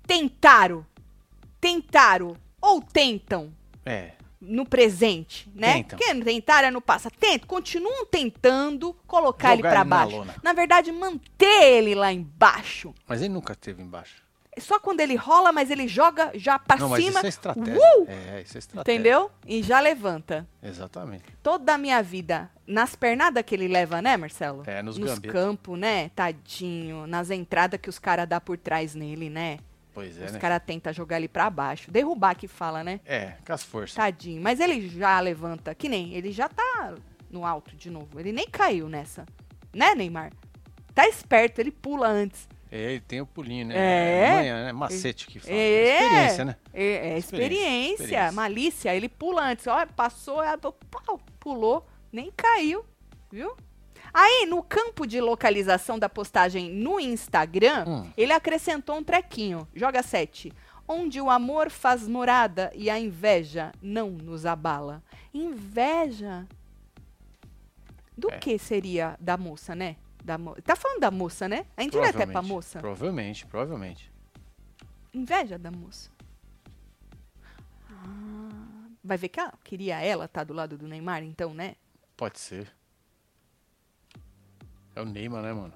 Speaker 1: Tentaram. Tentaram. Ou tentam
Speaker 2: É.
Speaker 1: no presente, né?
Speaker 2: Tentam.
Speaker 1: Porque não tentaram é no passado. Tenta, continuam tentando colocar ele
Speaker 2: Jogar
Speaker 1: pra
Speaker 2: ele na
Speaker 1: baixo.
Speaker 2: lona.
Speaker 1: Na, verdade, manter ele lá embaixo. É
Speaker 2: Mas ele nunca teve embaixo.
Speaker 1: Só quando ele rola, mas ele joga já pra
Speaker 2: não, mas
Speaker 1: cima.
Speaker 2: isso é estratégia.
Speaker 1: Uh!
Speaker 2: É, isso é estratégia.
Speaker 1: entendeu? E já levanta.
Speaker 2: Exatamente.
Speaker 1: Toda a minha vida nas pernadas que ele leva, né, Marcelo?
Speaker 2: É, nos
Speaker 1: nos
Speaker 2: gambitos.
Speaker 1: campos, né? Tadinho. Nas entradas que os caras dá por trás nele, né?
Speaker 2: Pois é,
Speaker 1: os
Speaker 2: né?
Speaker 1: caras tentam jogar ele pra baixo. Derrubar que fala, né?
Speaker 2: É, com as forças.
Speaker 1: Tadinho, mas ele já levanta, que nem, ele já tá no alto de novo. Ele nem caiu nessa. Né, Neymar? Tá esperto, ele pula antes.
Speaker 2: É, ele tem o pulinho, né?
Speaker 1: É.
Speaker 2: Manha, né? Macete que fala.
Speaker 1: É.
Speaker 2: Experiência, né?
Speaker 1: É, é experiência,
Speaker 2: Experiência, experiência.
Speaker 1: malícia, ele pula antes. Ó, passou, é, pau, pulou, nem caiu, viu? Aí, no campo de localização da postagem no Instagram,
Speaker 2: Hum.
Speaker 1: ele acrescentou um trequinho. Joga 7. Onde o amor faz morada e a inveja não nos abala. Inveja? Do
Speaker 2: É.
Speaker 1: que seria da moça, né? Da mo... Tá falando da moça, né? A indireta é pra
Speaker 2: Provavelmente,
Speaker 1: moça?
Speaker 2: Provavelmente, provavelmente.
Speaker 1: Inveja da moça. Ah, vai ver que ela queria ela tá do lado do Neymar, então, né?
Speaker 2: Pode ser. É o Neymar, né, mano?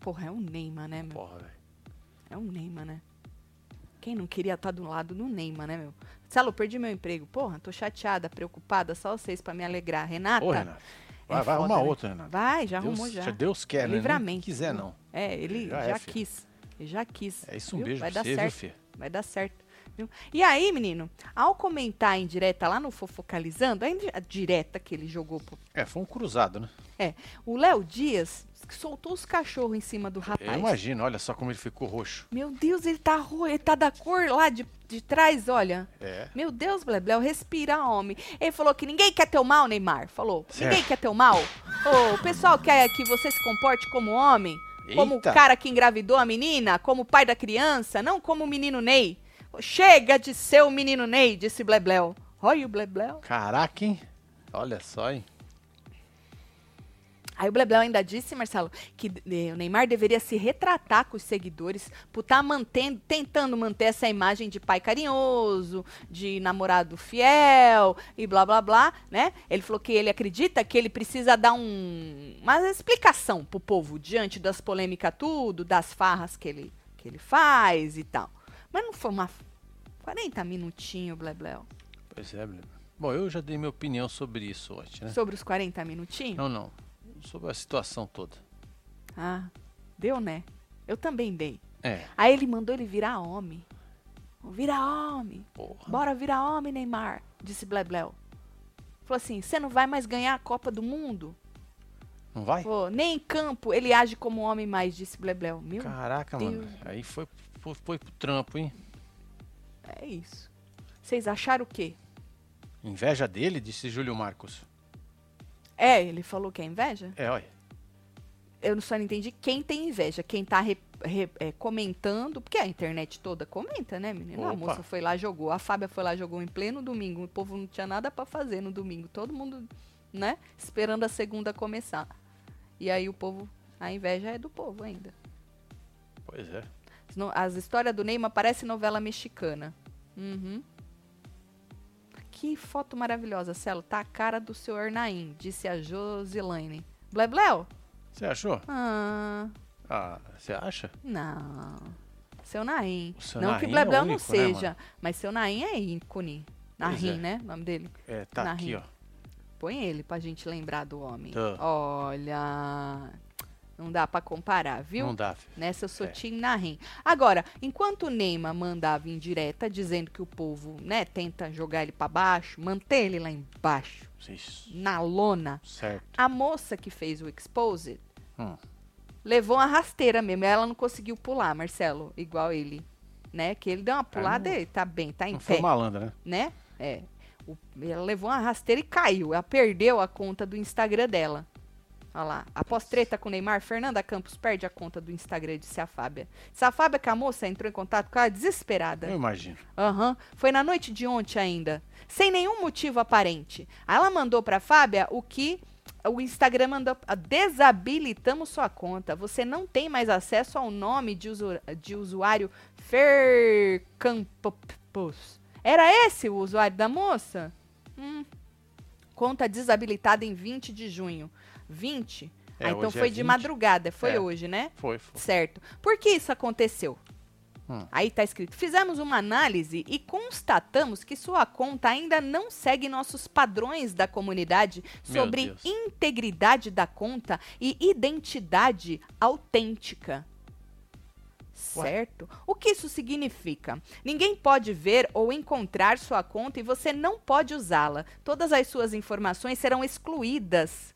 Speaker 1: Porra, é o Neymar, né, meu?
Speaker 2: Porra, velho.
Speaker 1: É o Neymar, né? Quem não queria estar do lado do Neymar, né, meu? Salo, perdi meu emprego. Porra, tô chateada, preocupada, só vocês pra me alegrar. Renata,
Speaker 2: Ô, Renato. Vai,
Speaker 1: Ah, é
Speaker 2: vai
Speaker 1: foda,
Speaker 2: arrumar
Speaker 1: né?
Speaker 2: outro, Renato.
Speaker 1: vai, já
Speaker 2: Deus,
Speaker 1: arrumou já.
Speaker 2: se Deus quer, né?
Speaker 1: Livramento.
Speaker 2: Nem quiser, não.
Speaker 1: É, ele
Speaker 2: Já
Speaker 1: já,
Speaker 2: é, filho.
Speaker 1: quis. Ele já quis.
Speaker 2: É isso um
Speaker 1: viu?
Speaker 2: beijo
Speaker 1: Vai
Speaker 2: pra
Speaker 1: dar
Speaker 2: você,
Speaker 1: certo.
Speaker 2: viu, Fê?
Speaker 1: Vai dar certo. viu? E aí, menino, ao comentar em direta lá no Fofocalizando, a indi- a direta que ele jogou pro.
Speaker 2: É, foi um cruzado, né?
Speaker 1: É, o Léo Dias soltou os cachorros em cima do rapaz.
Speaker 2: Eu imagino, olha só como ele ficou roxo.
Speaker 1: Meu Deus, ele tá, ro- ele tá da cor lá de, de trás, olha.
Speaker 2: É.
Speaker 1: Meu Deus, Blebleu, respira, homem. Ele falou que ninguém quer teu mal, Neymar. Falou, ninguém
Speaker 2: Certo.
Speaker 1: quer teu mal. Ô, o pessoal quer que você se comporte como homem, como o
Speaker 2: Eita.
Speaker 1: cara que engravidou a menina, como o pai da criança, não como o menino Ney. Chega de ser o menino Ney, disse Blebleu. Olha o Blebleu.
Speaker 2: Caraca, hein? Olha só, hein?
Speaker 1: Aí o Blebleu ainda disse, Marcelo, que eh, o Neymar deveria se retratar com os seguidores por estar mantendo, tentando manter essa imagem de pai carinhoso, de namorado fiel e blá blá blá, né? Ele falou que ele acredita que ele precisa dar um, uma explicação pro povo diante das polêmicas tudo, das farras que ele, que ele faz e tal. Mas não foi uma f- 40 minutinhos, Blebleu.
Speaker 2: Pois é, Bruno. Bom, eu já dei minha opinião sobre isso hoje, né?
Speaker 1: Sobre os 40 minutinhos?
Speaker 2: Não, não. Sobre a situação toda.
Speaker 1: Ah, deu, né? Eu também dei.
Speaker 2: É,
Speaker 1: Aí ele mandou ele virar homem. Vira homem.
Speaker 2: porra.
Speaker 1: Bora virar homem, Neymar, disse Blebleu. Falou assim: você não vai mais ganhar a Copa do Mundo?
Speaker 2: Não vai?
Speaker 1: Falou, nem em campo ele age como homem mais, disse Blebleu.
Speaker 2: um
Speaker 1: Meu,
Speaker 2: Caraca, mano.
Speaker 1: Deus.
Speaker 2: Aí foi, foi, foi pro trampo, hein?
Speaker 1: é isso. Vocês acharam o quê?
Speaker 2: Inveja dele, disse Júlio Marcos.
Speaker 1: É, ele falou que é inveja?
Speaker 2: É, olha.
Speaker 1: Eu só não entendi quem tem inveja, quem tá re- re- é, comentando, porque a internet toda comenta, né, menino? A
Speaker 2: Opa.
Speaker 1: moça foi lá, jogou, a Fábia foi lá, jogou em pleno domingo, o povo não tinha nada pra fazer no domingo, todo mundo, né, esperando a segunda começar. E aí o povo, a inveja é do povo ainda.
Speaker 2: Pois é.
Speaker 1: As no- As histórias do Neymar parecem novela mexicana. Uhum. Que foto maravilhosa, Celo. Tá a cara do seu Arnaim, disse a Josilaine. Blebleu?
Speaker 2: Você achou?
Speaker 1: Ah...
Speaker 2: Ah, você acha?
Speaker 1: Não. Seu Naim.
Speaker 2: O seu
Speaker 1: não
Speaker 2: Naim
Speaker 1: que
Speaker 2: é
Speaker 1: Blebleu não
Speaker 2: único, né,
Speaker 1: seja, mas seu Naim é ícone.
Speaker 2: Pois
Speaker 1: Narim,
Speaker 2: é.
Speaker 1: né? O nome dele.
Speaker 2: É, tá
Speaker 1: Na
Speaker 2: aqui,
Speaker 1: rima.
Speaker 2: ó.
Speaker 1: Põe ele pra gente lembrar do homem.
Speaker 2: Tá.
Speaker 1: Olha. Não dá pra comparar, viu?
Speaker 2: Não dá, filho.
Speaker 1: Nessa eu sou
Speaker 2: É.
Speaker 1: time Narim. Agora, enquanto o Neymar mandava em direta dizendo que o povo, né, tenta jogar ele pra baixo, manter ele lá embaixo,
Speaker 2: Isso.
Speaker 1: na lona,
Speaker 2: Certo.
Speaker 1: a moça que fez o expose
Speaker 2: Hum.
Speaker 1: levou uma rasteira mesmo. Ela não conseguiu pular, Marcelo, igual ele. Né? Que ele deu uma pulada
Speaker 2: não-
Speaker 1: e tá bem, tá em
Speaker 2: Não
Speaker 1: pé.
Speaker 2: foi malandra, né?
Speaker 1: Né? É. O- ela levou uma rasteira e caiu. Ela perdeu a conta do Instagram dela. Olha lá. Após treta com Neymar, Fernanda Campos perde a conta do Instagram de Seafábia. Seafábia, que a moça entrou em contato com ela desesperada.
Speaker 2: Eu imagino.
Speaker 1: Aham, foi na noite de ontem ainda, sem nenhum motivo aparente. Aí Ela mandou pra Fábia o que o Instagram mandou, ah, desabilitamos sua conta. Você não tem mais acesso ao nome de, usu- de usuário Fer Campos. Era esse o usuário da moça? Hum. Conta desabilitada em 20 de junho. 20?
Speaker 2: É,
Speaker 1: ah, então
Speaker 2: hoje é
Speaker 1: foi de
Speaker 2: 20.
Speaker 1: madrugada, foi
Speaker 2: É.
Speaker 1: hoje, né?
Speaker 2: Foi, foi.
Speaker 1: Certo. Por que isso aconteceu?
Speaker 2: Hum.
Speaker 1: Aí tá escrito: fizemos uma análise e constatamos que sua conta ainda não segue nossos padrões da comunidade
Speaker 2: Meu
Speaker 1: sobre
Speaker 2: Deus.
Speaker 1: integridade da conta e identidade autêntica.
Speaker 2: Ué.
Speaker 1: Certo? O que isso significa? Ninguém pode ver ou encontrar sua conta e você não pode usá-la. Todas as suas informações serão excluídas.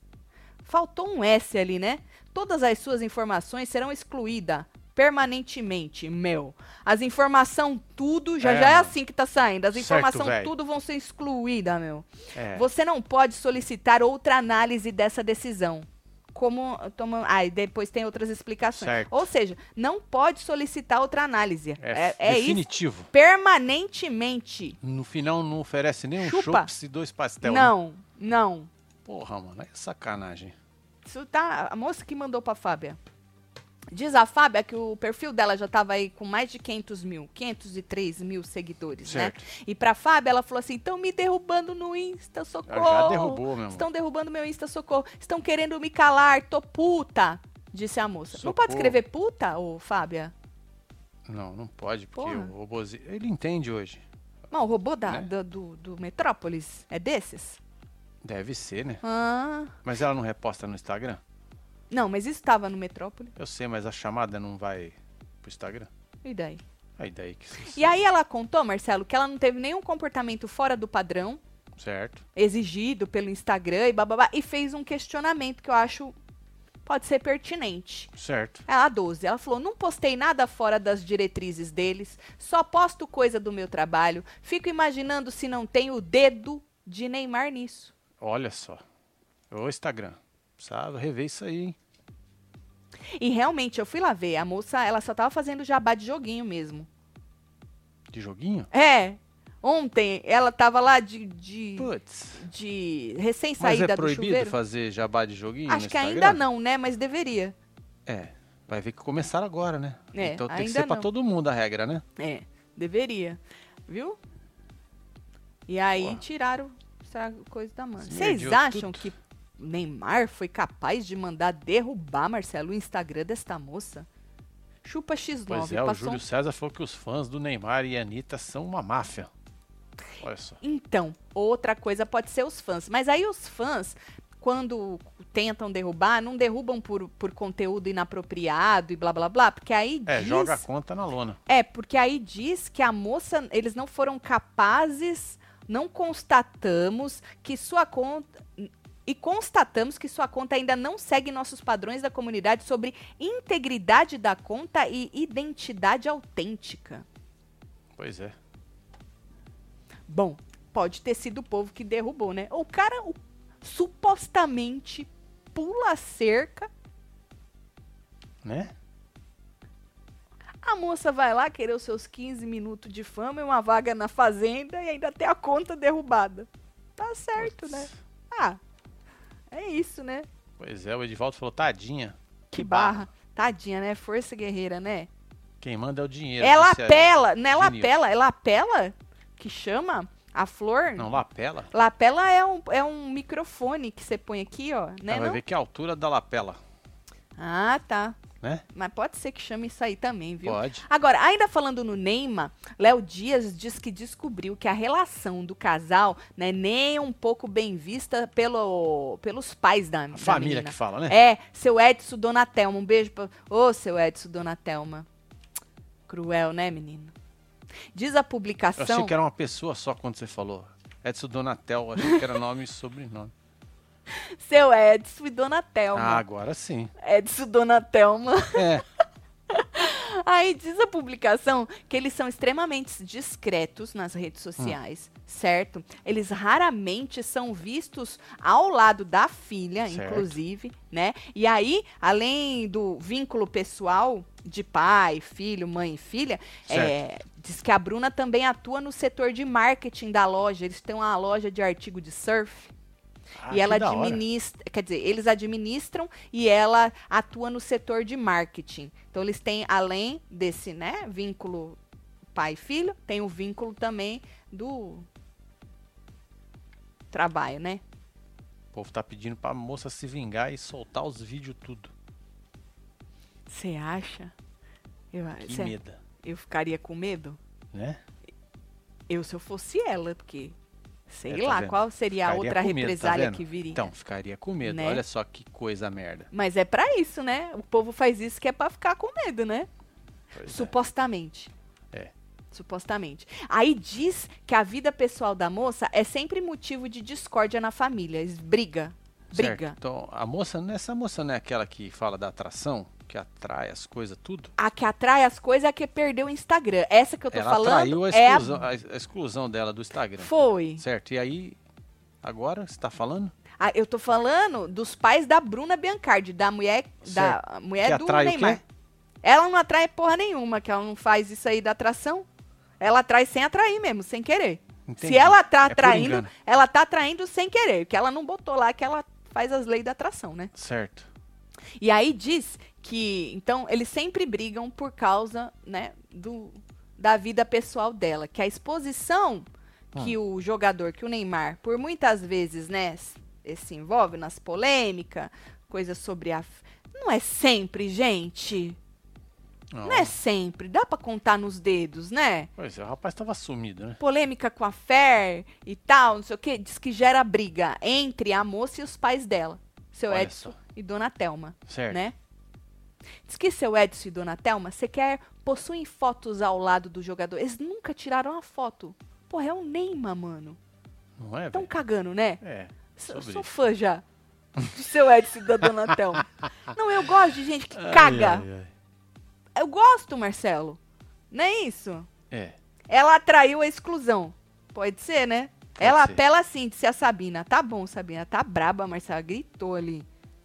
Speaker 1: Faltou um S ali, né? Todas as suas informações serão excluídas permanentemente, meu. As informações tudo, já
Speaker 2: É,
Speaker 1: já é
Speaker 2: mano.
Speaker 1: assim que tá saindo. As
Speaker 2: Certo,
Speaker 1: informações
Speaker 2: véi.
Speaker 1: tudo vão ser excluídas, meu.
Speaker 2: É.
Speaker 1: Você não pode solicitar outra análise dessa decisão. Como toma, ah, e depois tem outras explicações.
Speaker 2: Certo.
Speaker 1: Ou seja, não pode solicitar outra análise. É, é isso
Speaker 2: definitivo.
Speaker 1: permanentemente.
Speaker 2: No final não oferece nem um
Speaker 1: Chupa.
Speaker 2: chopps e dois pastel. né?
Speaker 1: não, não.
Speaker 2: Porra, mano, é sacanagem.
Speaker 1: Isso tá. A moça que mandou pra Fábia. Diz a Fábia que o perfil dela já tava aí com mais de 500 mil, 503 mil seguidores,
Speaker 2: Certo.
Speaker 1: né? E pra Fábia, ela falou assim: estão me derrubando no Insta, socorro.
Speaker 2: Ah, Já derrubou, meu amor.
Speaker 1: Estão derrubando meu Insta, socorro. Estão querendo me calar, tô puta, disse a moça. Não pode
Speaker 2: Socorro.
Speaker 1: escrever puta, ô Fábia?
Speaker 2: Não, não pode, porque
Speaker 1: Porra.
Speaker 2: o robôzinho... Ele entende hoje.
Speaker 1: Não, o robô da,
Speaker 2: Né?
Speaker 1: da- do, do Metrópolis é desses?
Speaker 2: Deve ser, né?
Speaker 1: Ah.
Speaker 2: Mas ela não reposta no Instagram?
Speaker 1: Não, mas isso tava no Metrópole.
Speaker 2: Eu sei, mas a chamada não vai pro Instagram?
Speaker 1: E daí?
Speaker 2: Aí daí que... se-
Speaker 1: E aí ela contou, Marcelo, que ela não teve nenhum comportamento fora do padrão
Speaker 2: Certo.
Speaker 1: exigido pelo Instagram e bababá, e fez um questionamento que eu acho pode ser pertinente.
Speaker 2: Certo.
Speaker 1: Ela, 12, ela falou: não postei nada fora das diretrizes deles, só posto coisa do meu trabalho, fico imaginando se não tem o dedo de Neymar nisso.
Speaker 2: Olha só. Ô, Instagram. Precisava rever isso aí, hein?
Speaker 1: E realmente, eu fui lá ver, a moça, ela só tava fazendo jabá de joguinho mesmo.
Speaker 2: De joguinho?
Speaker 1: É, ontem ela tava lá de. de...
Speaker 2: Putz.
Speaker 1: de recém
Speaker 2: Mas
Speaker 1: saída do
Speaker 2: é proibido
Speaker 1: chuveiro?
Speaker 2: fazer jabá de joguinho
Speaker 1: Acho
Speaker 2: no
Speaker 1: que
Speaker 2: Instagram?
Speaker 1: ainda não, né? Mas deveria.
Speaker 2: É. Vai ver que começaram agora, né?
Speaker 1: É,
Speaker 2: então tem que
Speaker 1: ainda
Speaker 2: ser pra
Speaker 1: não.
Speaker 2: todo mundo a regra, né?
Speaker 1: É, deveria. Viu? E aí
Speaker 2: Porra.
Speaker 1: tiraram essa coisa da mãe. Vocês
Speaker 2: Esmerdiou
Speaker 1: acham
Speaker 2: tudo.
Speaker 1: que Neymar foi capaz de mandar derrubar, Marcelo, o Instagram desta moça? Chupa X9.
Speaker 2: Pois é, o
Speaker 1: passou um
Speaker 2: Júlio César falou que os fãs do Neymar e Anitta são uma máfia. Olha só.
Speaker 1: Então, outra coisa pode ser os fãs. Mas aí os fãs, quando tentam derrubar, não derrubam por, por conteúdo inapropriado e blá blá blá, porque aí
Speaker 2: É,
Speaker 1: diz
Speaker 2: joga a conta na lona.
Speaker 1: É, porque aí diz que a moça, eles não foram capazes, não constatamos que sua conta. E constatamos que sua conta ainda não segue nossos padrões da comunidade sobre integridade da conta e identidade autêntica.
Speaker 2: Pois é.
Speaker 1: Bom, pode ter sido o povo que derrubou, né? O cara o- supostamente pula a cerca,
Speaker 2: Né?
Speaker 1: a moça vai lá querer os seus 15 minutos de fama e uma vaga na fazenda e ainda tem a conta derrubada. Tá certo, né?
Speaker 2: Putz.
Speaker 1: Ah, é isso, né?
Speaker 2: Pois é, o Edivaldo falou, tadinha.
Speaker 1: Que barra. Tadinha, né? Força guerreira, né?
Speaker 2: Quem manda é o dinheiro.
Speaker 1: É
Speaker 2: disse a-
Speaker 1: lapela, não é
Speaker 2: Genilson.
Speaker 1: lapela, é lapela que chama a flor.
Speaker 2: Não, lapela.
Speaker 1: Lapela é um, é um microfone que você põe aqui, ó, né?
Speaker 2: Ela vai
Speaker 1: não?
Speaker 2: ver que é a altura da lapela,
Speaker 1: Ah, tá.
Speaker 2: né?
Speaker 1: Mas pode ser que chame isso aí também, viu?
Speaker 2: Pode.
Speaker 1: Agora, ainda falando no Neymar, Léo Dias diz que descobriu que a relação do casal não é nem um pouco bem vista pelo, pelos pais da,
Speaker 2: A
Speaker 1: da
Speaker 2: família
Speaker 1: menina.
Speaker 2: que fala, né?
Speaker 1: É, seu Edson Dona Thelma. Um beijo pra. Ô, seu Edson Dona Thelma. Cruel, né, menino? Diz a
Speaker 2: Eu achei
Speaker 1: publicação.
Speaker 2: que era uma pessoa só quando você falou. Edson Donatel, achei que era nome e sobrenome.
Speaker 1: Seu Edson e Dona
Speaker 2: Ah,
Speaker 1: Thelma.
Speaker 2: agora sim.
Speaker 1: Edson Dona Thelma.
Speaker 2: É,
Speaker 1: Aí diz a publicação que eles são extremamente discretos nas redes sociais, certo? Eles raramente são vistos ao lado da filha,
Speaker 2: Certo.
Speaker 1: inclusive, né? E aí, além do vínculo pessoal de pai, filho, mãe e filha, é, diz que a Bruna também atua no setor de marketing da loja. Eles têm uma loja de artigo de surf
Speaker 2: Ah,
Speaker 1: e ela
Speaker 2: que da hora.
Speaker 1: administra, quer dizer, eles administram e ela atua no setor de marketing. Então eles têm além desse, né, vínculo pai e filho, tem o vínculo também do trabalho, né?
Speaker 2: O povo tá pedindo pra moça se vingar e soltar os vídeos tudo.
Speaker 1: Você acha? Eu,
Speaker 2: Que
Speaker 1: cê-
Speaker 2: medo,
Speaker 1: eu ficaria com medo?
Speaker 2: né?
Speaker 1: Eu se eu fosse ela, porque sei
Speaker 2: É, tá
Speaker 1: lá
Speaker 2: vendo?
Speaker 1: qual seria a
Speaker 2: Ficaria
Speaker 1: outra
Speaker 2: com medo, tá
Speaker 1: represália
Speaker 2: vendo?
Speaker 1: que viria.
Speaker 2: Então, ficaria com medo.
Speaker 1: Né?
Speaker 2: Olha só que coisa merda.
Speaker 1: Mas é pra isso, né? O povo faz isso que é pra ficar com medo, né?
Speaker 2: Pois é.
Speaker 1: Supostamente.
Speaker 2: É.
Speaker 1: Supostamente. Aí diz que a vida pessoal da moça é sempre motivo de discórdia na família. es- Briga.
Speaker 2: Certo.
Speaker 1: Briga.
Speaker 2: Então, a moça, não é- essa moça não é aquela que fala da atração, que atrai as coisas, tudo?
Speaker 1: A que atrai as coisas é a que perdeu o Instagram. Essa que eu tô
Speaker 2: ela
Speaker 1: falando
Speaker 2: atraiu a
Speaker 1: é a...
Speaker 2: exclusão, a... a exclusão dela do Instagram.
Speaker 1: Foi.
Speaker 2: Certo. E aí, agora, você tá falando?
Speaker 1: Ah, eu tô falando dos pais da Bruna Biancardi, da mulher, da mulher
Speaker 2: Que
Speaker 1: É do
Speaker 2: atrai o quê?
Speaker 1: Neymar. Ela não atrai porra nenhuma, que ela não faz isso aí da atração. Ela atrai sem atrair mesmo, sem querer.
Speaker 2: Entendi.
Speaker 1: Se ela tá
Speaker 2: É por
Speaker 1: atraindo,
Speaker 2: engano.
Speaker 1: ela tá atraindo sem querer, que ela não botou lá que ela faz as leis da atração, né?
Speaker 2: Certo.
Speaker 1: E aí diz que, então, eles sempre brigam por causa, né, do, da vida pessoal dela, que a exposição
Speaker 2: Tá.
Speaker 1: que o jogador, que o Neymar, por muitas vezes, né, s- eh, se envolve nas polêmicas, coisas sobre a... f- Não é sempre, gente. Não é sempre. Dá pra contar nos dedos, né?
Speaker 2: Pois é, o rapaz tava sumido, né?
Speaker 1: polêmica com a Fer e tal, não sei o que, diz que gera briga entre a moça e os pais dela, seu
Speaker 2: Olha É.
Speaker 1: Edson e Dona Telma,
Speaker 2: Certo.
Speaker 1: né? Diz que seu Edson e Dona Telma sequer possuem fotos ao lado do jogador. Eles nunca tiraram a foto. Porra, é o Neymar, mano.
Speaker 2: Não é,
Speaker 1: Tão
Speaker 2: velho?
Speaker 1: cagando, né?
Speaker 2: É.
Speaker 1: S- Eu
Speaker 2: Sobre
Speaker 1: sou
Speaker 2: isso.
Speaker 1: fã já do seu Edson e da Dona Telma. Não, eu gosto de gente que caga.
Speaker 2: Ai, ai, ai.
Speaker 1: Eu gosto, Marcelo. Não é isso?
Speaker 2: É.
Speaker 1: Ela atraiu a exclusão. Pode ser, né?
Speaker 2: Pode
Speaker 1: ela
Speaker 2: ser.
Speaker 1: apela assim, disse a Sabina. Tá bom, Sabina, tá braba, Marcela gritou ali.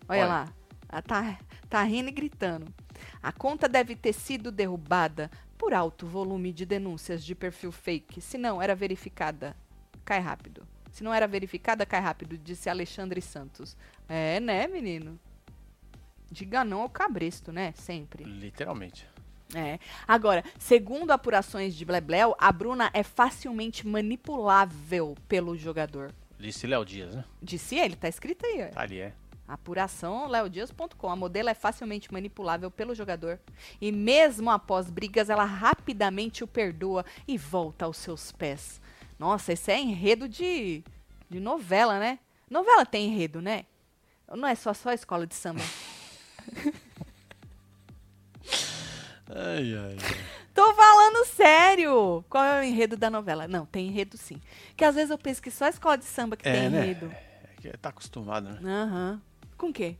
Speaker 1: Olha,
Speaker 2: Olha.
Speaker 1: lá. Ela tá, tá rindo e gritando. A conta deve ter sido derrubada por alto volume de denúncias de perfil fake. Se não era verificada, cai rápido. Se não era verificada, cai rápido, disse Alexandre Santos. É, né, menino? Diga não ao cabresto, né? Sempre.
Speaker 2: Literalmente.
Speaker 1: É. Agora, segundo apurações de Blebleu, a Bruna é facilmente manipulável pelo jogador.
Speaker 2: Disse Léo Dias, né?
Speaker 1: Disse ele, tá escrito aí. ó.
Speaker 2: Ali é.
Speaker 1: Apuração leodias.com. A modelo é facilmente manipulável pelo jogador. E mesmo após brigas, ela rapidamente o perdoa e volta aos seus pés. Nossa, esse é enredo de, de novela, né? Novela tem enredo, né? Não é só, só escola de samba.
Speaker 2: Ai, ai.
Speaker 1: Tô falando sério! Qual é o enredo da novela? Não, tem enredo sim. Que às vezes eu penso que só a escola de samba que
Speaker 2: É,
Speaker 1: tem
Speaker 2: né?
Speaker 1: enredo.
Speaker 2: É que tá acostumado, né?
Speaker 1: Aham. Com o quê?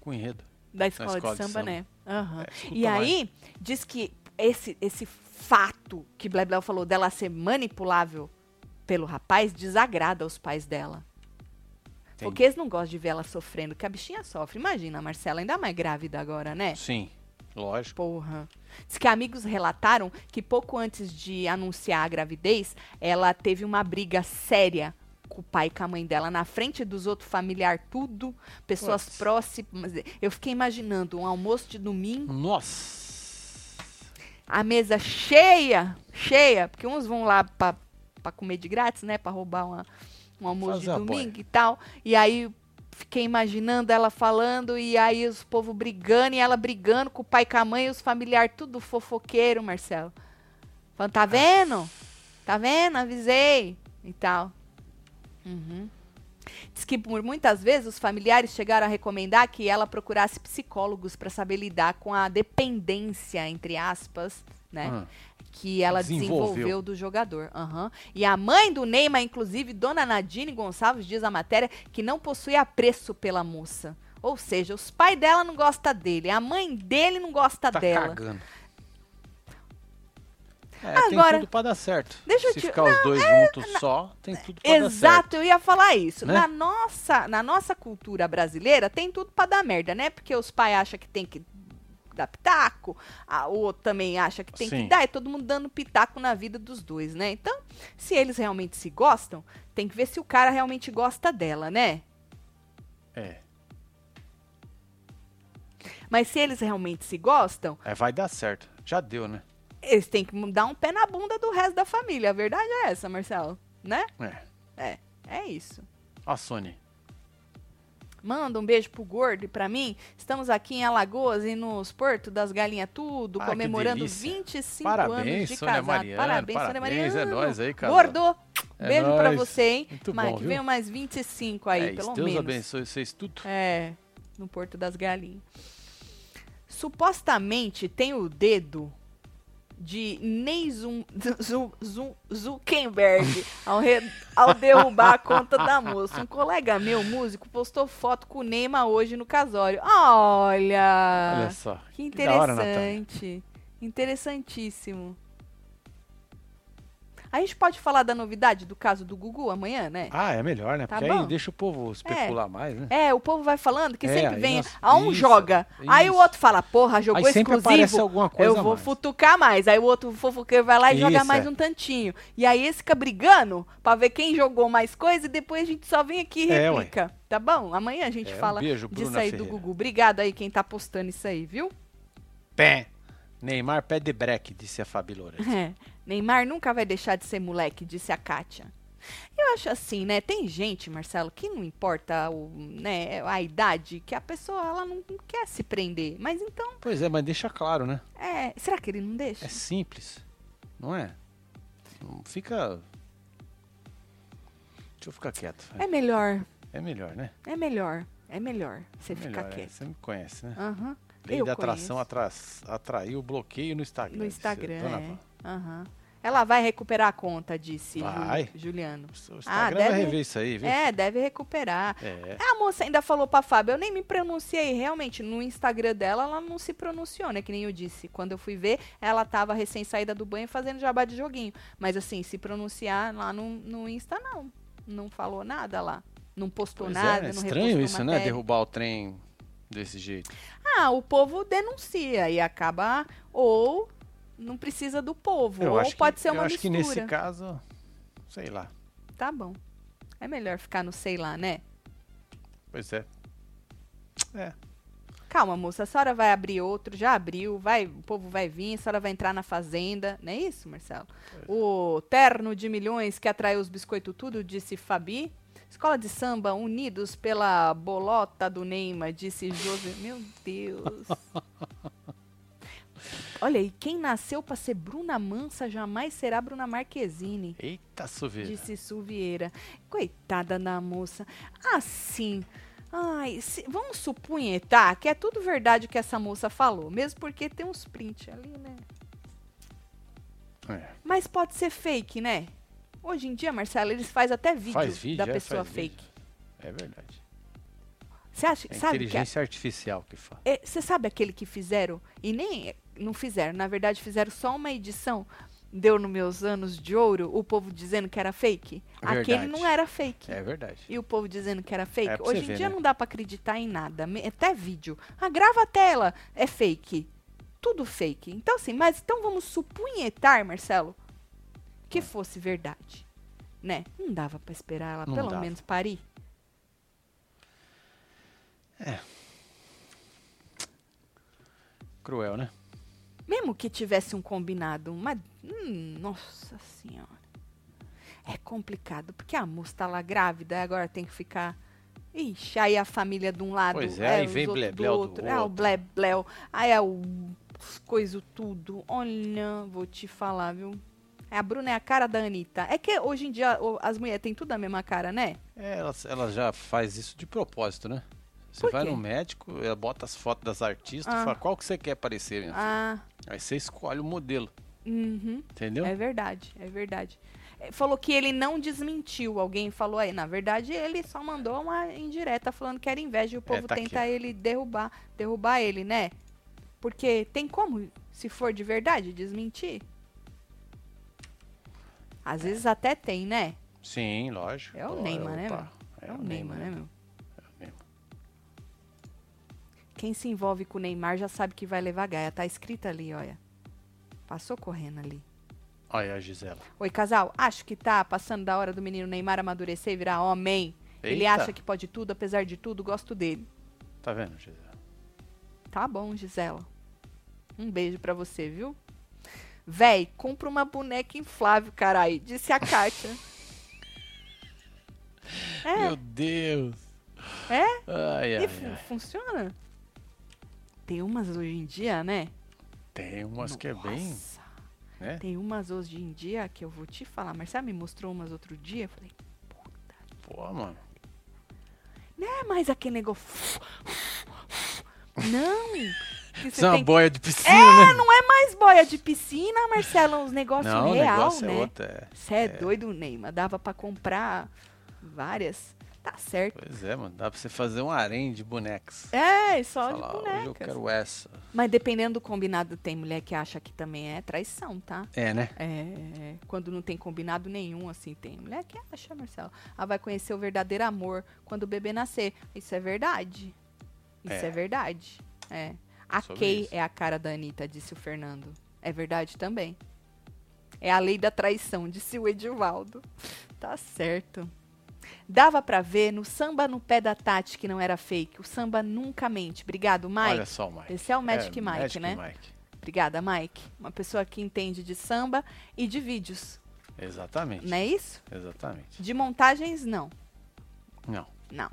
Speaker 2: Com enredo.
Speaker 1: Da escola,
Speaker 2: escola
Speaker 1: de,
Speaker 2: de
Speaker 1: samba,
Speaker 2: samba.
Speaker 1: né? Aham.
Speaker 2: É, escuta
Speaker 1: e aí, diz que esse, esse fato que Blebleu falou dela ser manipulável pelo rapaz desagrada os pais dela.
Speaker 2: Entendi.
Speaker 1: Porque eles não gostam de ver ela sofrendo, que a bichinha sofre. Imagina, a Marcela ainda mais grávida agora, né?
Speaker 2: Sim, lógico.
Speaker 1: Porra. Diz que amigos relataram que pouco antes de anunciar a gravidez, ela teve uma briga séria com o pai e com a mãe dela, na frente dos outros familiares, tudo, pessoas
Speaker 2: Putz.
Speaker 1: próximas. Eu fiquei imaginando um almoço de domingo,
Speaker 2: Nossa!
Speaker 1: a mesa cheia, cheia, porque uns vão lá pra, pra comer de grátis, né, Pra roubar uma- um almoço
Speaker 2: Fazer a
Speaker 1: de
Speaker 2: boia.
Speaker 1: domingo e tal. E aí fiquei imaginando ela falando e aí os povo brigando e ela brigando com o pai e com a mãe, e os familiares tudo fofoqueiro, Marcelo. Falando, tá vendo? Tá vendo? Avisei e tal. Uhum. Diz que por muitas vezes os familiares chegaram a recomendar que ela procurasse psicólogos para saber lidar com a dependência, entre aspas, né?
Speaker 2: Hum,
Speaker 1: que ela desenvolveu,
Speaker 2: Desenvolveu.
Speaker 1: do jogador. Aham. E a mãe do Neymar, inclusive, dona Nadine Gonçalves, diz a matéria que não possui apreço pela moça. Ou seja, os pais dela não gostam dele, a mãe dele não gosta
Speaker 2: tá
Speaker 1: dela.
Speaker 2: cagando. É,
Speaker 1: Agora-
Speaker 2: tem tudo pra dar certo.
Speaker 1: Deixa eu
Speaker 2: Se
Speaker 1: te- é,
Speaker 2: ficar os dois juntos só, tem tudo pra dar certo.
Speaker 1: Exato, eu ia falar isso.
Speaker 2: Né?
Speaker 1: Na, nossa, na nossa cultura brasileira, tem tudo pra dar merda, né? Porque os pais acham que tem que dar pitaco, a- o outro também acha que tem
Speaker 2: Sim.
Speaker 1: que dar, e todo mundo dando pitaco na vida dos dois, né? Então, se eles realmente se gostam, tem que ver se o cara realmente gosta dela, né?
Speaker 2: É.
Speaker 1: Mas se eles realmente se gostam,
Speaker 2: é, vai dar certo. Já deu, né?
Speaker 1: eles têm que dar um pé na bunda do resto da família. A verdade é essa, Marcelo, né?
Speaker 2: É.
Speaker 1: É isso.
Speaker 2: A Sony.
Speaker 1: Manda um beijo pro Gordo e pra mim. Estamos aqui em Alagoas e nos Portos das Galinhas Tudo,
Speaker 2: Ah, que
Speaker 1: comemorando
Speaker 2: delícia.
Speaker 1: 25 anos
Speaker 2: Parabéns,
Speaker 1: de
Speaker 2: Sônia
Speaker 1: casado.
Speaker 2: Mariano,
Speaker 1: Sônia
Speaker 2: parabéns, é
Speaker 1: Mariano.
Speaker 2: nóis aí, cara.
Speaker 1: Gordo,
Speaker 2: É
Speaker 1: beijo pra
Speaker 2: nóis.
Speaker 1: você, hein?
Speaker 2: Muito
Speaker 1: Mas
Speaker 2: bom,
Speaker 1: que
Speaker 2: viu?
Speaker 1: venham mais 25 aí,
Speaker 2: é isso.
Speaker 1: pelo
Speaker 2: Deus
Speaker 1: menos.
Speaker 2: abençoe vocês tudo.
Speaker 1: É, no Porto das Galinhas. Supostamente tem o dedo de Ney Zum- Zu- Zu- Zuckerberg ao, re- ao derrubar a conta da moça. Um colega meu, músico, postou foto com o Neymar hoje no casório. Olha!
Speaker 2: Olha só.
Speaker 1: que
Speaker 2: da hora, Natália.
Speaker 1: interessante. Interessantíssimo. A gente pode falar da novidade do caso do Gugu amanhã, né?
Speaker 2: Ah, é melhor, né?
Speaker 1: Tá
Speaker 2: Porque
Speaker 1: bom.
Speaker 2: aí deixa o povo especular mais, né?
Speaker 1: É, o povo vai falando que
Speaker 2: É,
Speaker 1: sempre
Speaker 2: aí
Speaker 1: vem.
Speaker 2: nós-
Speaker 1: a um
Speaker 2: isso,
Speaker 1: joga. Aí o
Speaker 2: isso.
Speaker 1: outro fala, porra, jogou
Speaker 2: aí sempre aparece
Speaker 1: exclusivo.
Speaker 2: alguma coisa
Speaker 1: Eu
Speaker 2: a
Speaker 1: vou
Speaker 2: mais.
Speaker 1: futucar mais. Aí o outro fofoqueiro vai lá e joga
Speaker 2: Isso,
Speaker 1: mais
Speaker 2: é.
Speaker 1: um tantinho. E aí esse fica brigando pra ver quem jogou mais coisa e depois a gente só vem aqui e
Speaker 2: É, ué.
Speaker 1: replica. tá bom? Amanhã a gente
Speaker 2: É, um
Speaker 1: fala
Speaker 2: beijo,
Speaker 1: disso
Speaker 2: Bruna
Speaker 1: aí do
Speaker 2: Ferreira.
Speaker 1: Gugu. Obrigado aí quem tá postando isso aí, viu?
Speaker 2: Pé. Neymar pé de breque, disse a Fabi Lourenço.
Speaker 1: É. Neymar nunca vai deixar de ser moleque, disse a Kátia. Eu acho assim, né? Tem gente, Marcelo, que não importa o, né, a idade, que a pessoa ela não não quer se prender. Mas então,
Speaker 2: Pois é, mas deixa claro, né?
Speaker 1: é, será que ele não deixa?
Speaker 2: É simples, não é? Não fica. Deixa eu ficar quieto.
Speaker 1: É melhor,
Speaker 2: É, melhor, né?
Speaker 1: é melhor, é melhor você
Speaker 2: É
Speaker 1: ficar
Speaker 2: melhor, é.
Speaker 1: quieto.
Speaker 2: Você me conhece, né?
Speaker 1: Aham.
Speaker 2: Lei
Speaker 1: eu
Speaker 2: da atração né?
Speaker 1: conheço.
Speaker 2: atras- atraiu o bloqueio no Instagram.
Speaker 1: no
Speaker 2: disse
Speaker 1: Instagram.
Speaker 2: Dona
Speaker 1: é.
Speaker 2: Val.
Speaker 1: Aham. Ela vai recuperar a conta, disse Ju-
Speaker 2: Vai.
Speaker 1: Juliano.
Speaker 2: O Instagram
Speaker 1: Ah,
Speaker 2: vai
Speaker 1: deve-
Speaker 2: rever isso aí, viu?
Speaker 1: É, deve recuperar.
Speaker 2: É.
Speaker 1: A moça ainda falou pra Fábio, eu nem me pronunciei, realmente, no Instagram dela ela não se pronunciou, né, que nem eu disse. Quando eu fui ver, ela tava recém saída do banho fazendo jabá de joguinho. Mas assim, se pronunciar lá no, no Insta, não. Não falou nada lá. Não postou
Speaker 2: Pois é,
Speaker 1: nada, não
Speaker 2: estranho
Speaker 1: repostou
Speaker 2: isso, né?
Speaker 1: matéria.
Speaker 2: Derrubar o trem desse jeito.
Speaker 1: Ah, o povo denuncia e acaba, ou não precisa do povo,
Speaker 2: Eu
Speaker 1: ou
Speaker 2: acho que-
Speaker 1: pode ser uma
Speaker 2: eu acho
Speaker 1: mistura.
Speaker 2: que nesse caso, sei lá.
Speaker 1: Tá bom. É melhor ficar no sei lá, né?
Speaker 2: Pois é. É.
Speaker 1: Calma, moça, a senhora vai abrir outro, já abriu, vai, o povo vai vir, a senhora vai entrar na fazenda, não é isso, Marcelo? O terno de milhões que atraiu os biscoitos tudo, disse Fabi. Escola de samba, unidos pela bolota do Neymar, disse José. Meu Deus. Olha aí, quem nasceu pra ser Bruna Mansa jamais será Bruna Marquezine.
Speaker 2: Eita, suveira.
Speaker 1: Disse Su Vieira. Coitada da moça. Assim. Ai, se- vamos supunhetar que é tudo verdade o que essa moça falou. Mesmo porque tem uns print ali, né?
Speaker 2: É.
Speaker 1: Mas pode ser fake, né? Hoje em dia, Marcelo, eles fazem até vídeo,
Speaker 2: Faz vídeo,
Speaker 1: da
Speaker 2: é,
Speaker 1: pessoa
Speaker 2: faz
Speaker 1: fake.
Speaker 2: vídeo. É verdade.
Speaker 1: Você acha,
Speaker 2: É
Speaker 1: sabe que a-
Speaker 2: inteligência artificial que fala.
Speaker 1: É, Você sabe aquele que fizeram? E nem. Não fizeram, na verdade, fizeram só uma edição. Deu nos meus anos de ouro, o povo dizendo que era fake. Aquele
Speaker 2: Verdade.
Speaker 1: não era fake.
Speaker 2: É verdade.
Speaker 1: E o povo dizendo que era fake.
Speaker 2: É pra você
Speaker 1: Hoje em
Speaker 2: ver,
Speaker 1: dia
Speaker 2: né?
Speaker 1: não dá pra acreditar em nada. me- Até vídeo. Ah, grava a tela. É fake. Tudo fake. Então, assim, mas então vamos supunhetar, Marcelo,
Speaker 2: Ah.
Speaker 1: que fosse verdade. Né? Não dava pra esperar ela,
Speaker 2: Não
Speaker 1: pelo
Speaker 2: dava.
Speaker 1: menos, parir.
Speaker 2: Cruel, né?
Speaker 1: Mesmo que tivesse um combinado, mas. hum, nossa senhora. É complicado, porque a moça tá lá grávida, aí agora tem que ficar. Ixi, aí a família de um lado.
Speaker 2: Pois é, aí
Speaker 1: os
Speaker 2: vem
Speaker 1: outros
Speaker 2: blebleu do
Speaker 1: É o
Speaker 2: outro.
Speaker 1: blebleu. Aí é o. os coiso tudo. Olha, vou te falar, viu? A Bruna é a cara da Anitta. É que hoje em dia o- as mulheres têm tudo a mesma cara, né?
Speaker 2: É, ela, ela já faz isso de propósito, né? Você
Speaker 1: Por
Speaker 2: vai
Speaker 1: quê?
Speaker 2: no médico, ela bota as fotos das artistas,
Speaker 1: Ah.
Speaker 2: fala qual que você quer parecer, minha filha?"
Speaker 1: Ah,
Speaker 2: Aí você escolhe o modelo,
Speaker 1: uhum.
Speaker 2: entendeu?
Speaker 1: É verdade, é verdade. Eh, Falou que ele não desmentiu. Alguém falou aí. Na verdade, ele só mandou uma indireta falando que era inveja e o povo
Speaker 2: tá aqui,
Speaker 1: tenta
Speaker 2: ó.
Speaker 1: ele derrubar, derrubar ele, né? Porque tem como, se for de verdade, desmentir? Às
Speaker 2: É.
Speaker 1: vezes até tem, né?
Speaker 2: Sim, lógico.
Speaker 1: É o
Speaker 2: Ó,
Speaker 1: Neymar, né,
Speaker 2: opa,
Speaker 1: É, o Neymar, né, meu?
Speaker 2: É o Neymar.
Speaker 1: Quem se envolve com o Neymar já sabe que vai levar gaia. Tá escrita ali, olha. Passou correndo ali.
Speaker 2: Olha a Gisela.
Speaker 1: Oi, casal. Acho que tá passando da hora do menino Neymar amadurecer e virar homem. Ele
Speaker 2: Eita,
Speaker 1: acha que pode tudo, apesar de tudo, gosto dele.
Speaker 2: Tá vendo, Gisela?
Speaker 1: Tá bom, Gisela. Um beijo pra você, viu? Véi, compra uma boneca inflável, carai, disse a Kátia.
Speaker 2: Meu Deus.
Speaker 1: É?
Speaker 2: Ai, ai,
Speaker 1: e fu-
Speaker 2: ai.
Speaker 1: funciona? Tem umas hoje em dia, né?
Speaker 2: Tem umas que é bem,
Speaker 1: Nossa,
Speaker 2: né?
Speaker 1: Tem umas hoje em dia que eu vou te falar. Marcela me mostrou umas outro dia. Eu falei,
Speaker 2: Pô, mano.
Speaker 1: é mais aquele negócio. Não! que É,
Speaker 2: Isso é
Speaker 1: Você
Speaker 2: uma
Speaker 1: tem
Speaker 2: boia de piscina, né?
Speaker 1: mais boia de piscina, Marcela, uns negócios
Speaker 2: Não, o
Speaker 1: real,
Speaker 2: negócio é
Speaker 1: né?
Speaker 2: outro. É.
Speaker 1: Você é, doido, Neymar. Dava pra comprar várias. Tá certo.
Speaker 2: Pois é, mano. Dá pra você fazer um harém de bonecas.
Speaker 1: É, só
Speaker 2: Falar,
Speaker 1: de
Speaker 2: "Ah, Hoje eu
Speaker 1: bonecas.
Speaker 2: quero essa.
Speaker 1: Mas dependendo do combinado, tem mulher que acha que também é traição, tá?
Speaker 2: É, né?
Speaker 1: É, quando não tem combinado nenhum, assim, tem mulher que acha, Marcelo. Ah, vai conhecer o verdadeiro amor quando o bebê nascer. Isso é verdade. Isso é,
Speaker 2: É.
Speaker 1: verdade. É. A
Speaker 2: Sobre
Speaker 1: Kay
Speaker 2: isso.
Speaker 1: é a cara da Anitta, disse o Fernando. É verdade também. É a lei da traição, disse o Edivaldo. Tá certo. Dava pra ver no samba no pé da Tati que não era fake. O samba nunca mente. Obrigado, Mike.
Speaker 2: Olha só o Mike.
Speaker 1: Esse é o Magic Mike,
Speaker 2: Magic
Speaker 1: né?
Speaker 2: Mike.
Speaker 1: Obrigada, Mike. Uma pessoa que entende de samba e de vídeos.
Speaker 2: Exatamente.
Speaker 1: Não é isso?
Speaker 2: Exatamente.
Speaker 1: De montagens, não.
Speaker 2: Não.
Speaker 1: Não.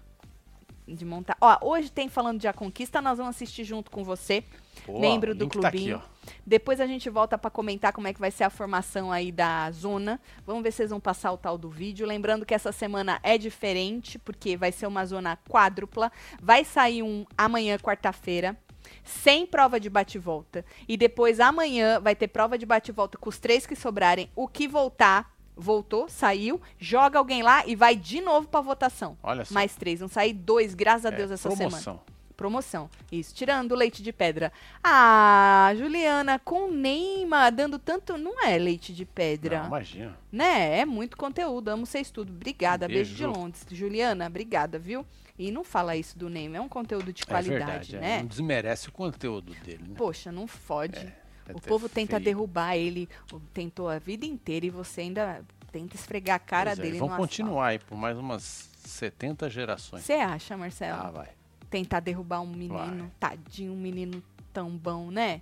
Speaker 1: De montar. Ó, hoje tem falando de A Conquista, nós vamos assistir junto com você.
Speaker 2: Pô,
Speaker 1: Membro
Speaker 2: o
Speaker 1: do
Speaker 2: link tá aqui,
Speaker 1: clubinho.
Speaker 2: ó.
Speaker 1: Depois a gente volta pra comentar como é que vai ser a formação aí da zona. Vamos ver se vocês vão passar o tal do vídeo. Lembrando que essa semana é diferente, porque vai ser uma zona quádrupla. Vai sair um amanhã, quarta-feira. Sem prova de bate-volta. E depois amanhã vai ter prova de bate-volta com os três que sobrarem. O que voltar, voltou, saiu, joga alguém lá e vai de novo pra votação.
Speaker 2: Olha só.
Speaker 1: Mais três, vão sair dois, graças a
Speaker 2: É,
Speaker 1: Deus, essa semana.
Speaker 2: promoção.
Speaker 1: Promoção. Isso, tirando o leite de pedra. Ah, Juliana, com Neymar dando tanto. Não é leite de pedra.
Speaker 2: Não, imagina.
Speaker 1: Né? É muito conteúdo. Amo vocês tudo. Obrigada.
Speaker 2: Um
Speaker 1: beijo. de
Speaker 2: beijo.
Speaker 1: Londres. Juliana, obrigada, viu? E não fala isso do Neymar. É um conteúdo de qualidade,
Speaker 2: é verdade, é.
Speaker 1: né?
Speaker 2: Não desmerece o conteúdo dele, né?
Speaker 1: Poxa, não fode.
Speaker 2: É
Speaker 1: o
Speaker 2: até
Speaker 1: povo tenta
Speaker 2: feio.
Speaker 1: derrubar ele. o- Tentou a vida inteira e você ainda tenta esfregar a cara
Speaker 2: Pois é, e
Speaker 1: dele.
Speaker 2: Vão
Speaker 1: no
Speaker 2: continuar aí por mais umas 70 gerações.
Speaker 1: Você acha, Marcelo?
Speaker 2: Ah, vai.
Speaker 1: tentar derrubar um menino. Tadinho, um menino tão bom, né?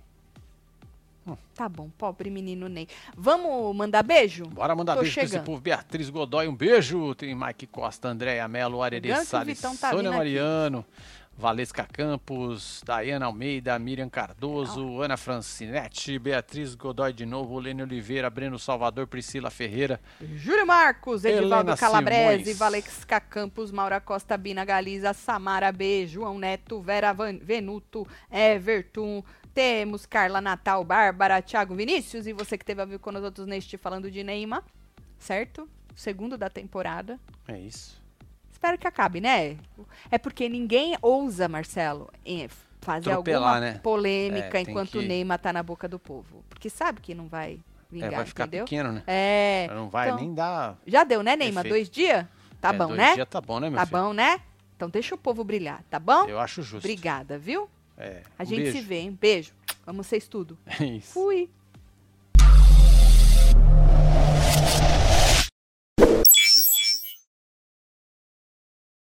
Speaker 2: Hum.
Speaker 1: Tá bom, pobre menino Ney. Vamos mandar beijo?
Speaker 2: Bora mandar
Speaker 1: Tô
Speaker 2: beijo pra
Speaker 1: chegando.
Speaker 2: esse povo. Beatriz Godoy, um beijo. Tem Mike Costa, Andréia Mello,
Speaker 1: Ganso
Speaker 2: Arerê
Speaker 1: e
Speaker 2: Salles,
Speaker 1: Vitão tá vindo
Speaker 2: Sônia
Speaker 1: aqui.
Speaker 2: Mariano, Valesca Campos, Dayana Almeida, Miriam Cardoso, Ana Francinete, Beatriz Godoy de novo, Lene Oliveira, Breno Salvador, Priscila Ferreira.
Speaker 1: Júlio Marcos, Edivaldo
Speaker 2: Helena
Speaker 1: Calabrese,
Speaker 2: Simões.
Speaker 1: Valesca Campos, Maura Costa, Bina Galiza, Samara B, João Neto, Vera Van- Venuto, Everton. Temos Carla Natal, Bárbara, Thiago Vinícius e você que teve a ver com nós outros neste Falando de Neymar, certo? Segundo da temporada.
Speaker 2: É isso.
Speaker 1: Espero que acabe, né? É porque ninguém ousa, Marcelo, em fazer
Speaker 2: Atropelar,
Speaker 1: alguma
Speaker 2: né? É,
Speaker 1: polêmica
Speaker 2: tem
Speaker 1: enquanto o
Speaker 2: que-
Speaker 1: Neymar tá na boca do povo. Porque sabe que não vai vingar,
Speaker 2: é, vai ficar
Speaker 1: entendeu?
Speaker 2: pequeno, né?
Speaker 1: É.
Speaker 2: Não vai
Speaker 1: então-
Speaker 2: nem dar.
Speaker 1: Já deu, né, Neymar?
Speaker 2: Perfeito.
Speaker 1: Dois dias? Tá
Speaker 2: é,
Speaker 1: bom,
Speaker 2: dois
Speaker 1: né?
Speaker 2: dias tá bom, né, meu
Speaker 1: tá
Speaker 2: filho?
Speaker 1: bom, né? Então deixa o povo brilhar, tá bom?
Speaker 2: Eu acho justo.
Speaker 1: Obrigada, viu?
Speaker 2: É,
Speaker 1: A
Speaker 2: um
Speaker 1: gente
Speaker 2: beijo.
Speaker 1: se vê, hein? Beijo. Amo vocês tudo.
Speaker 2: É isso.
Speaker 1: Fui.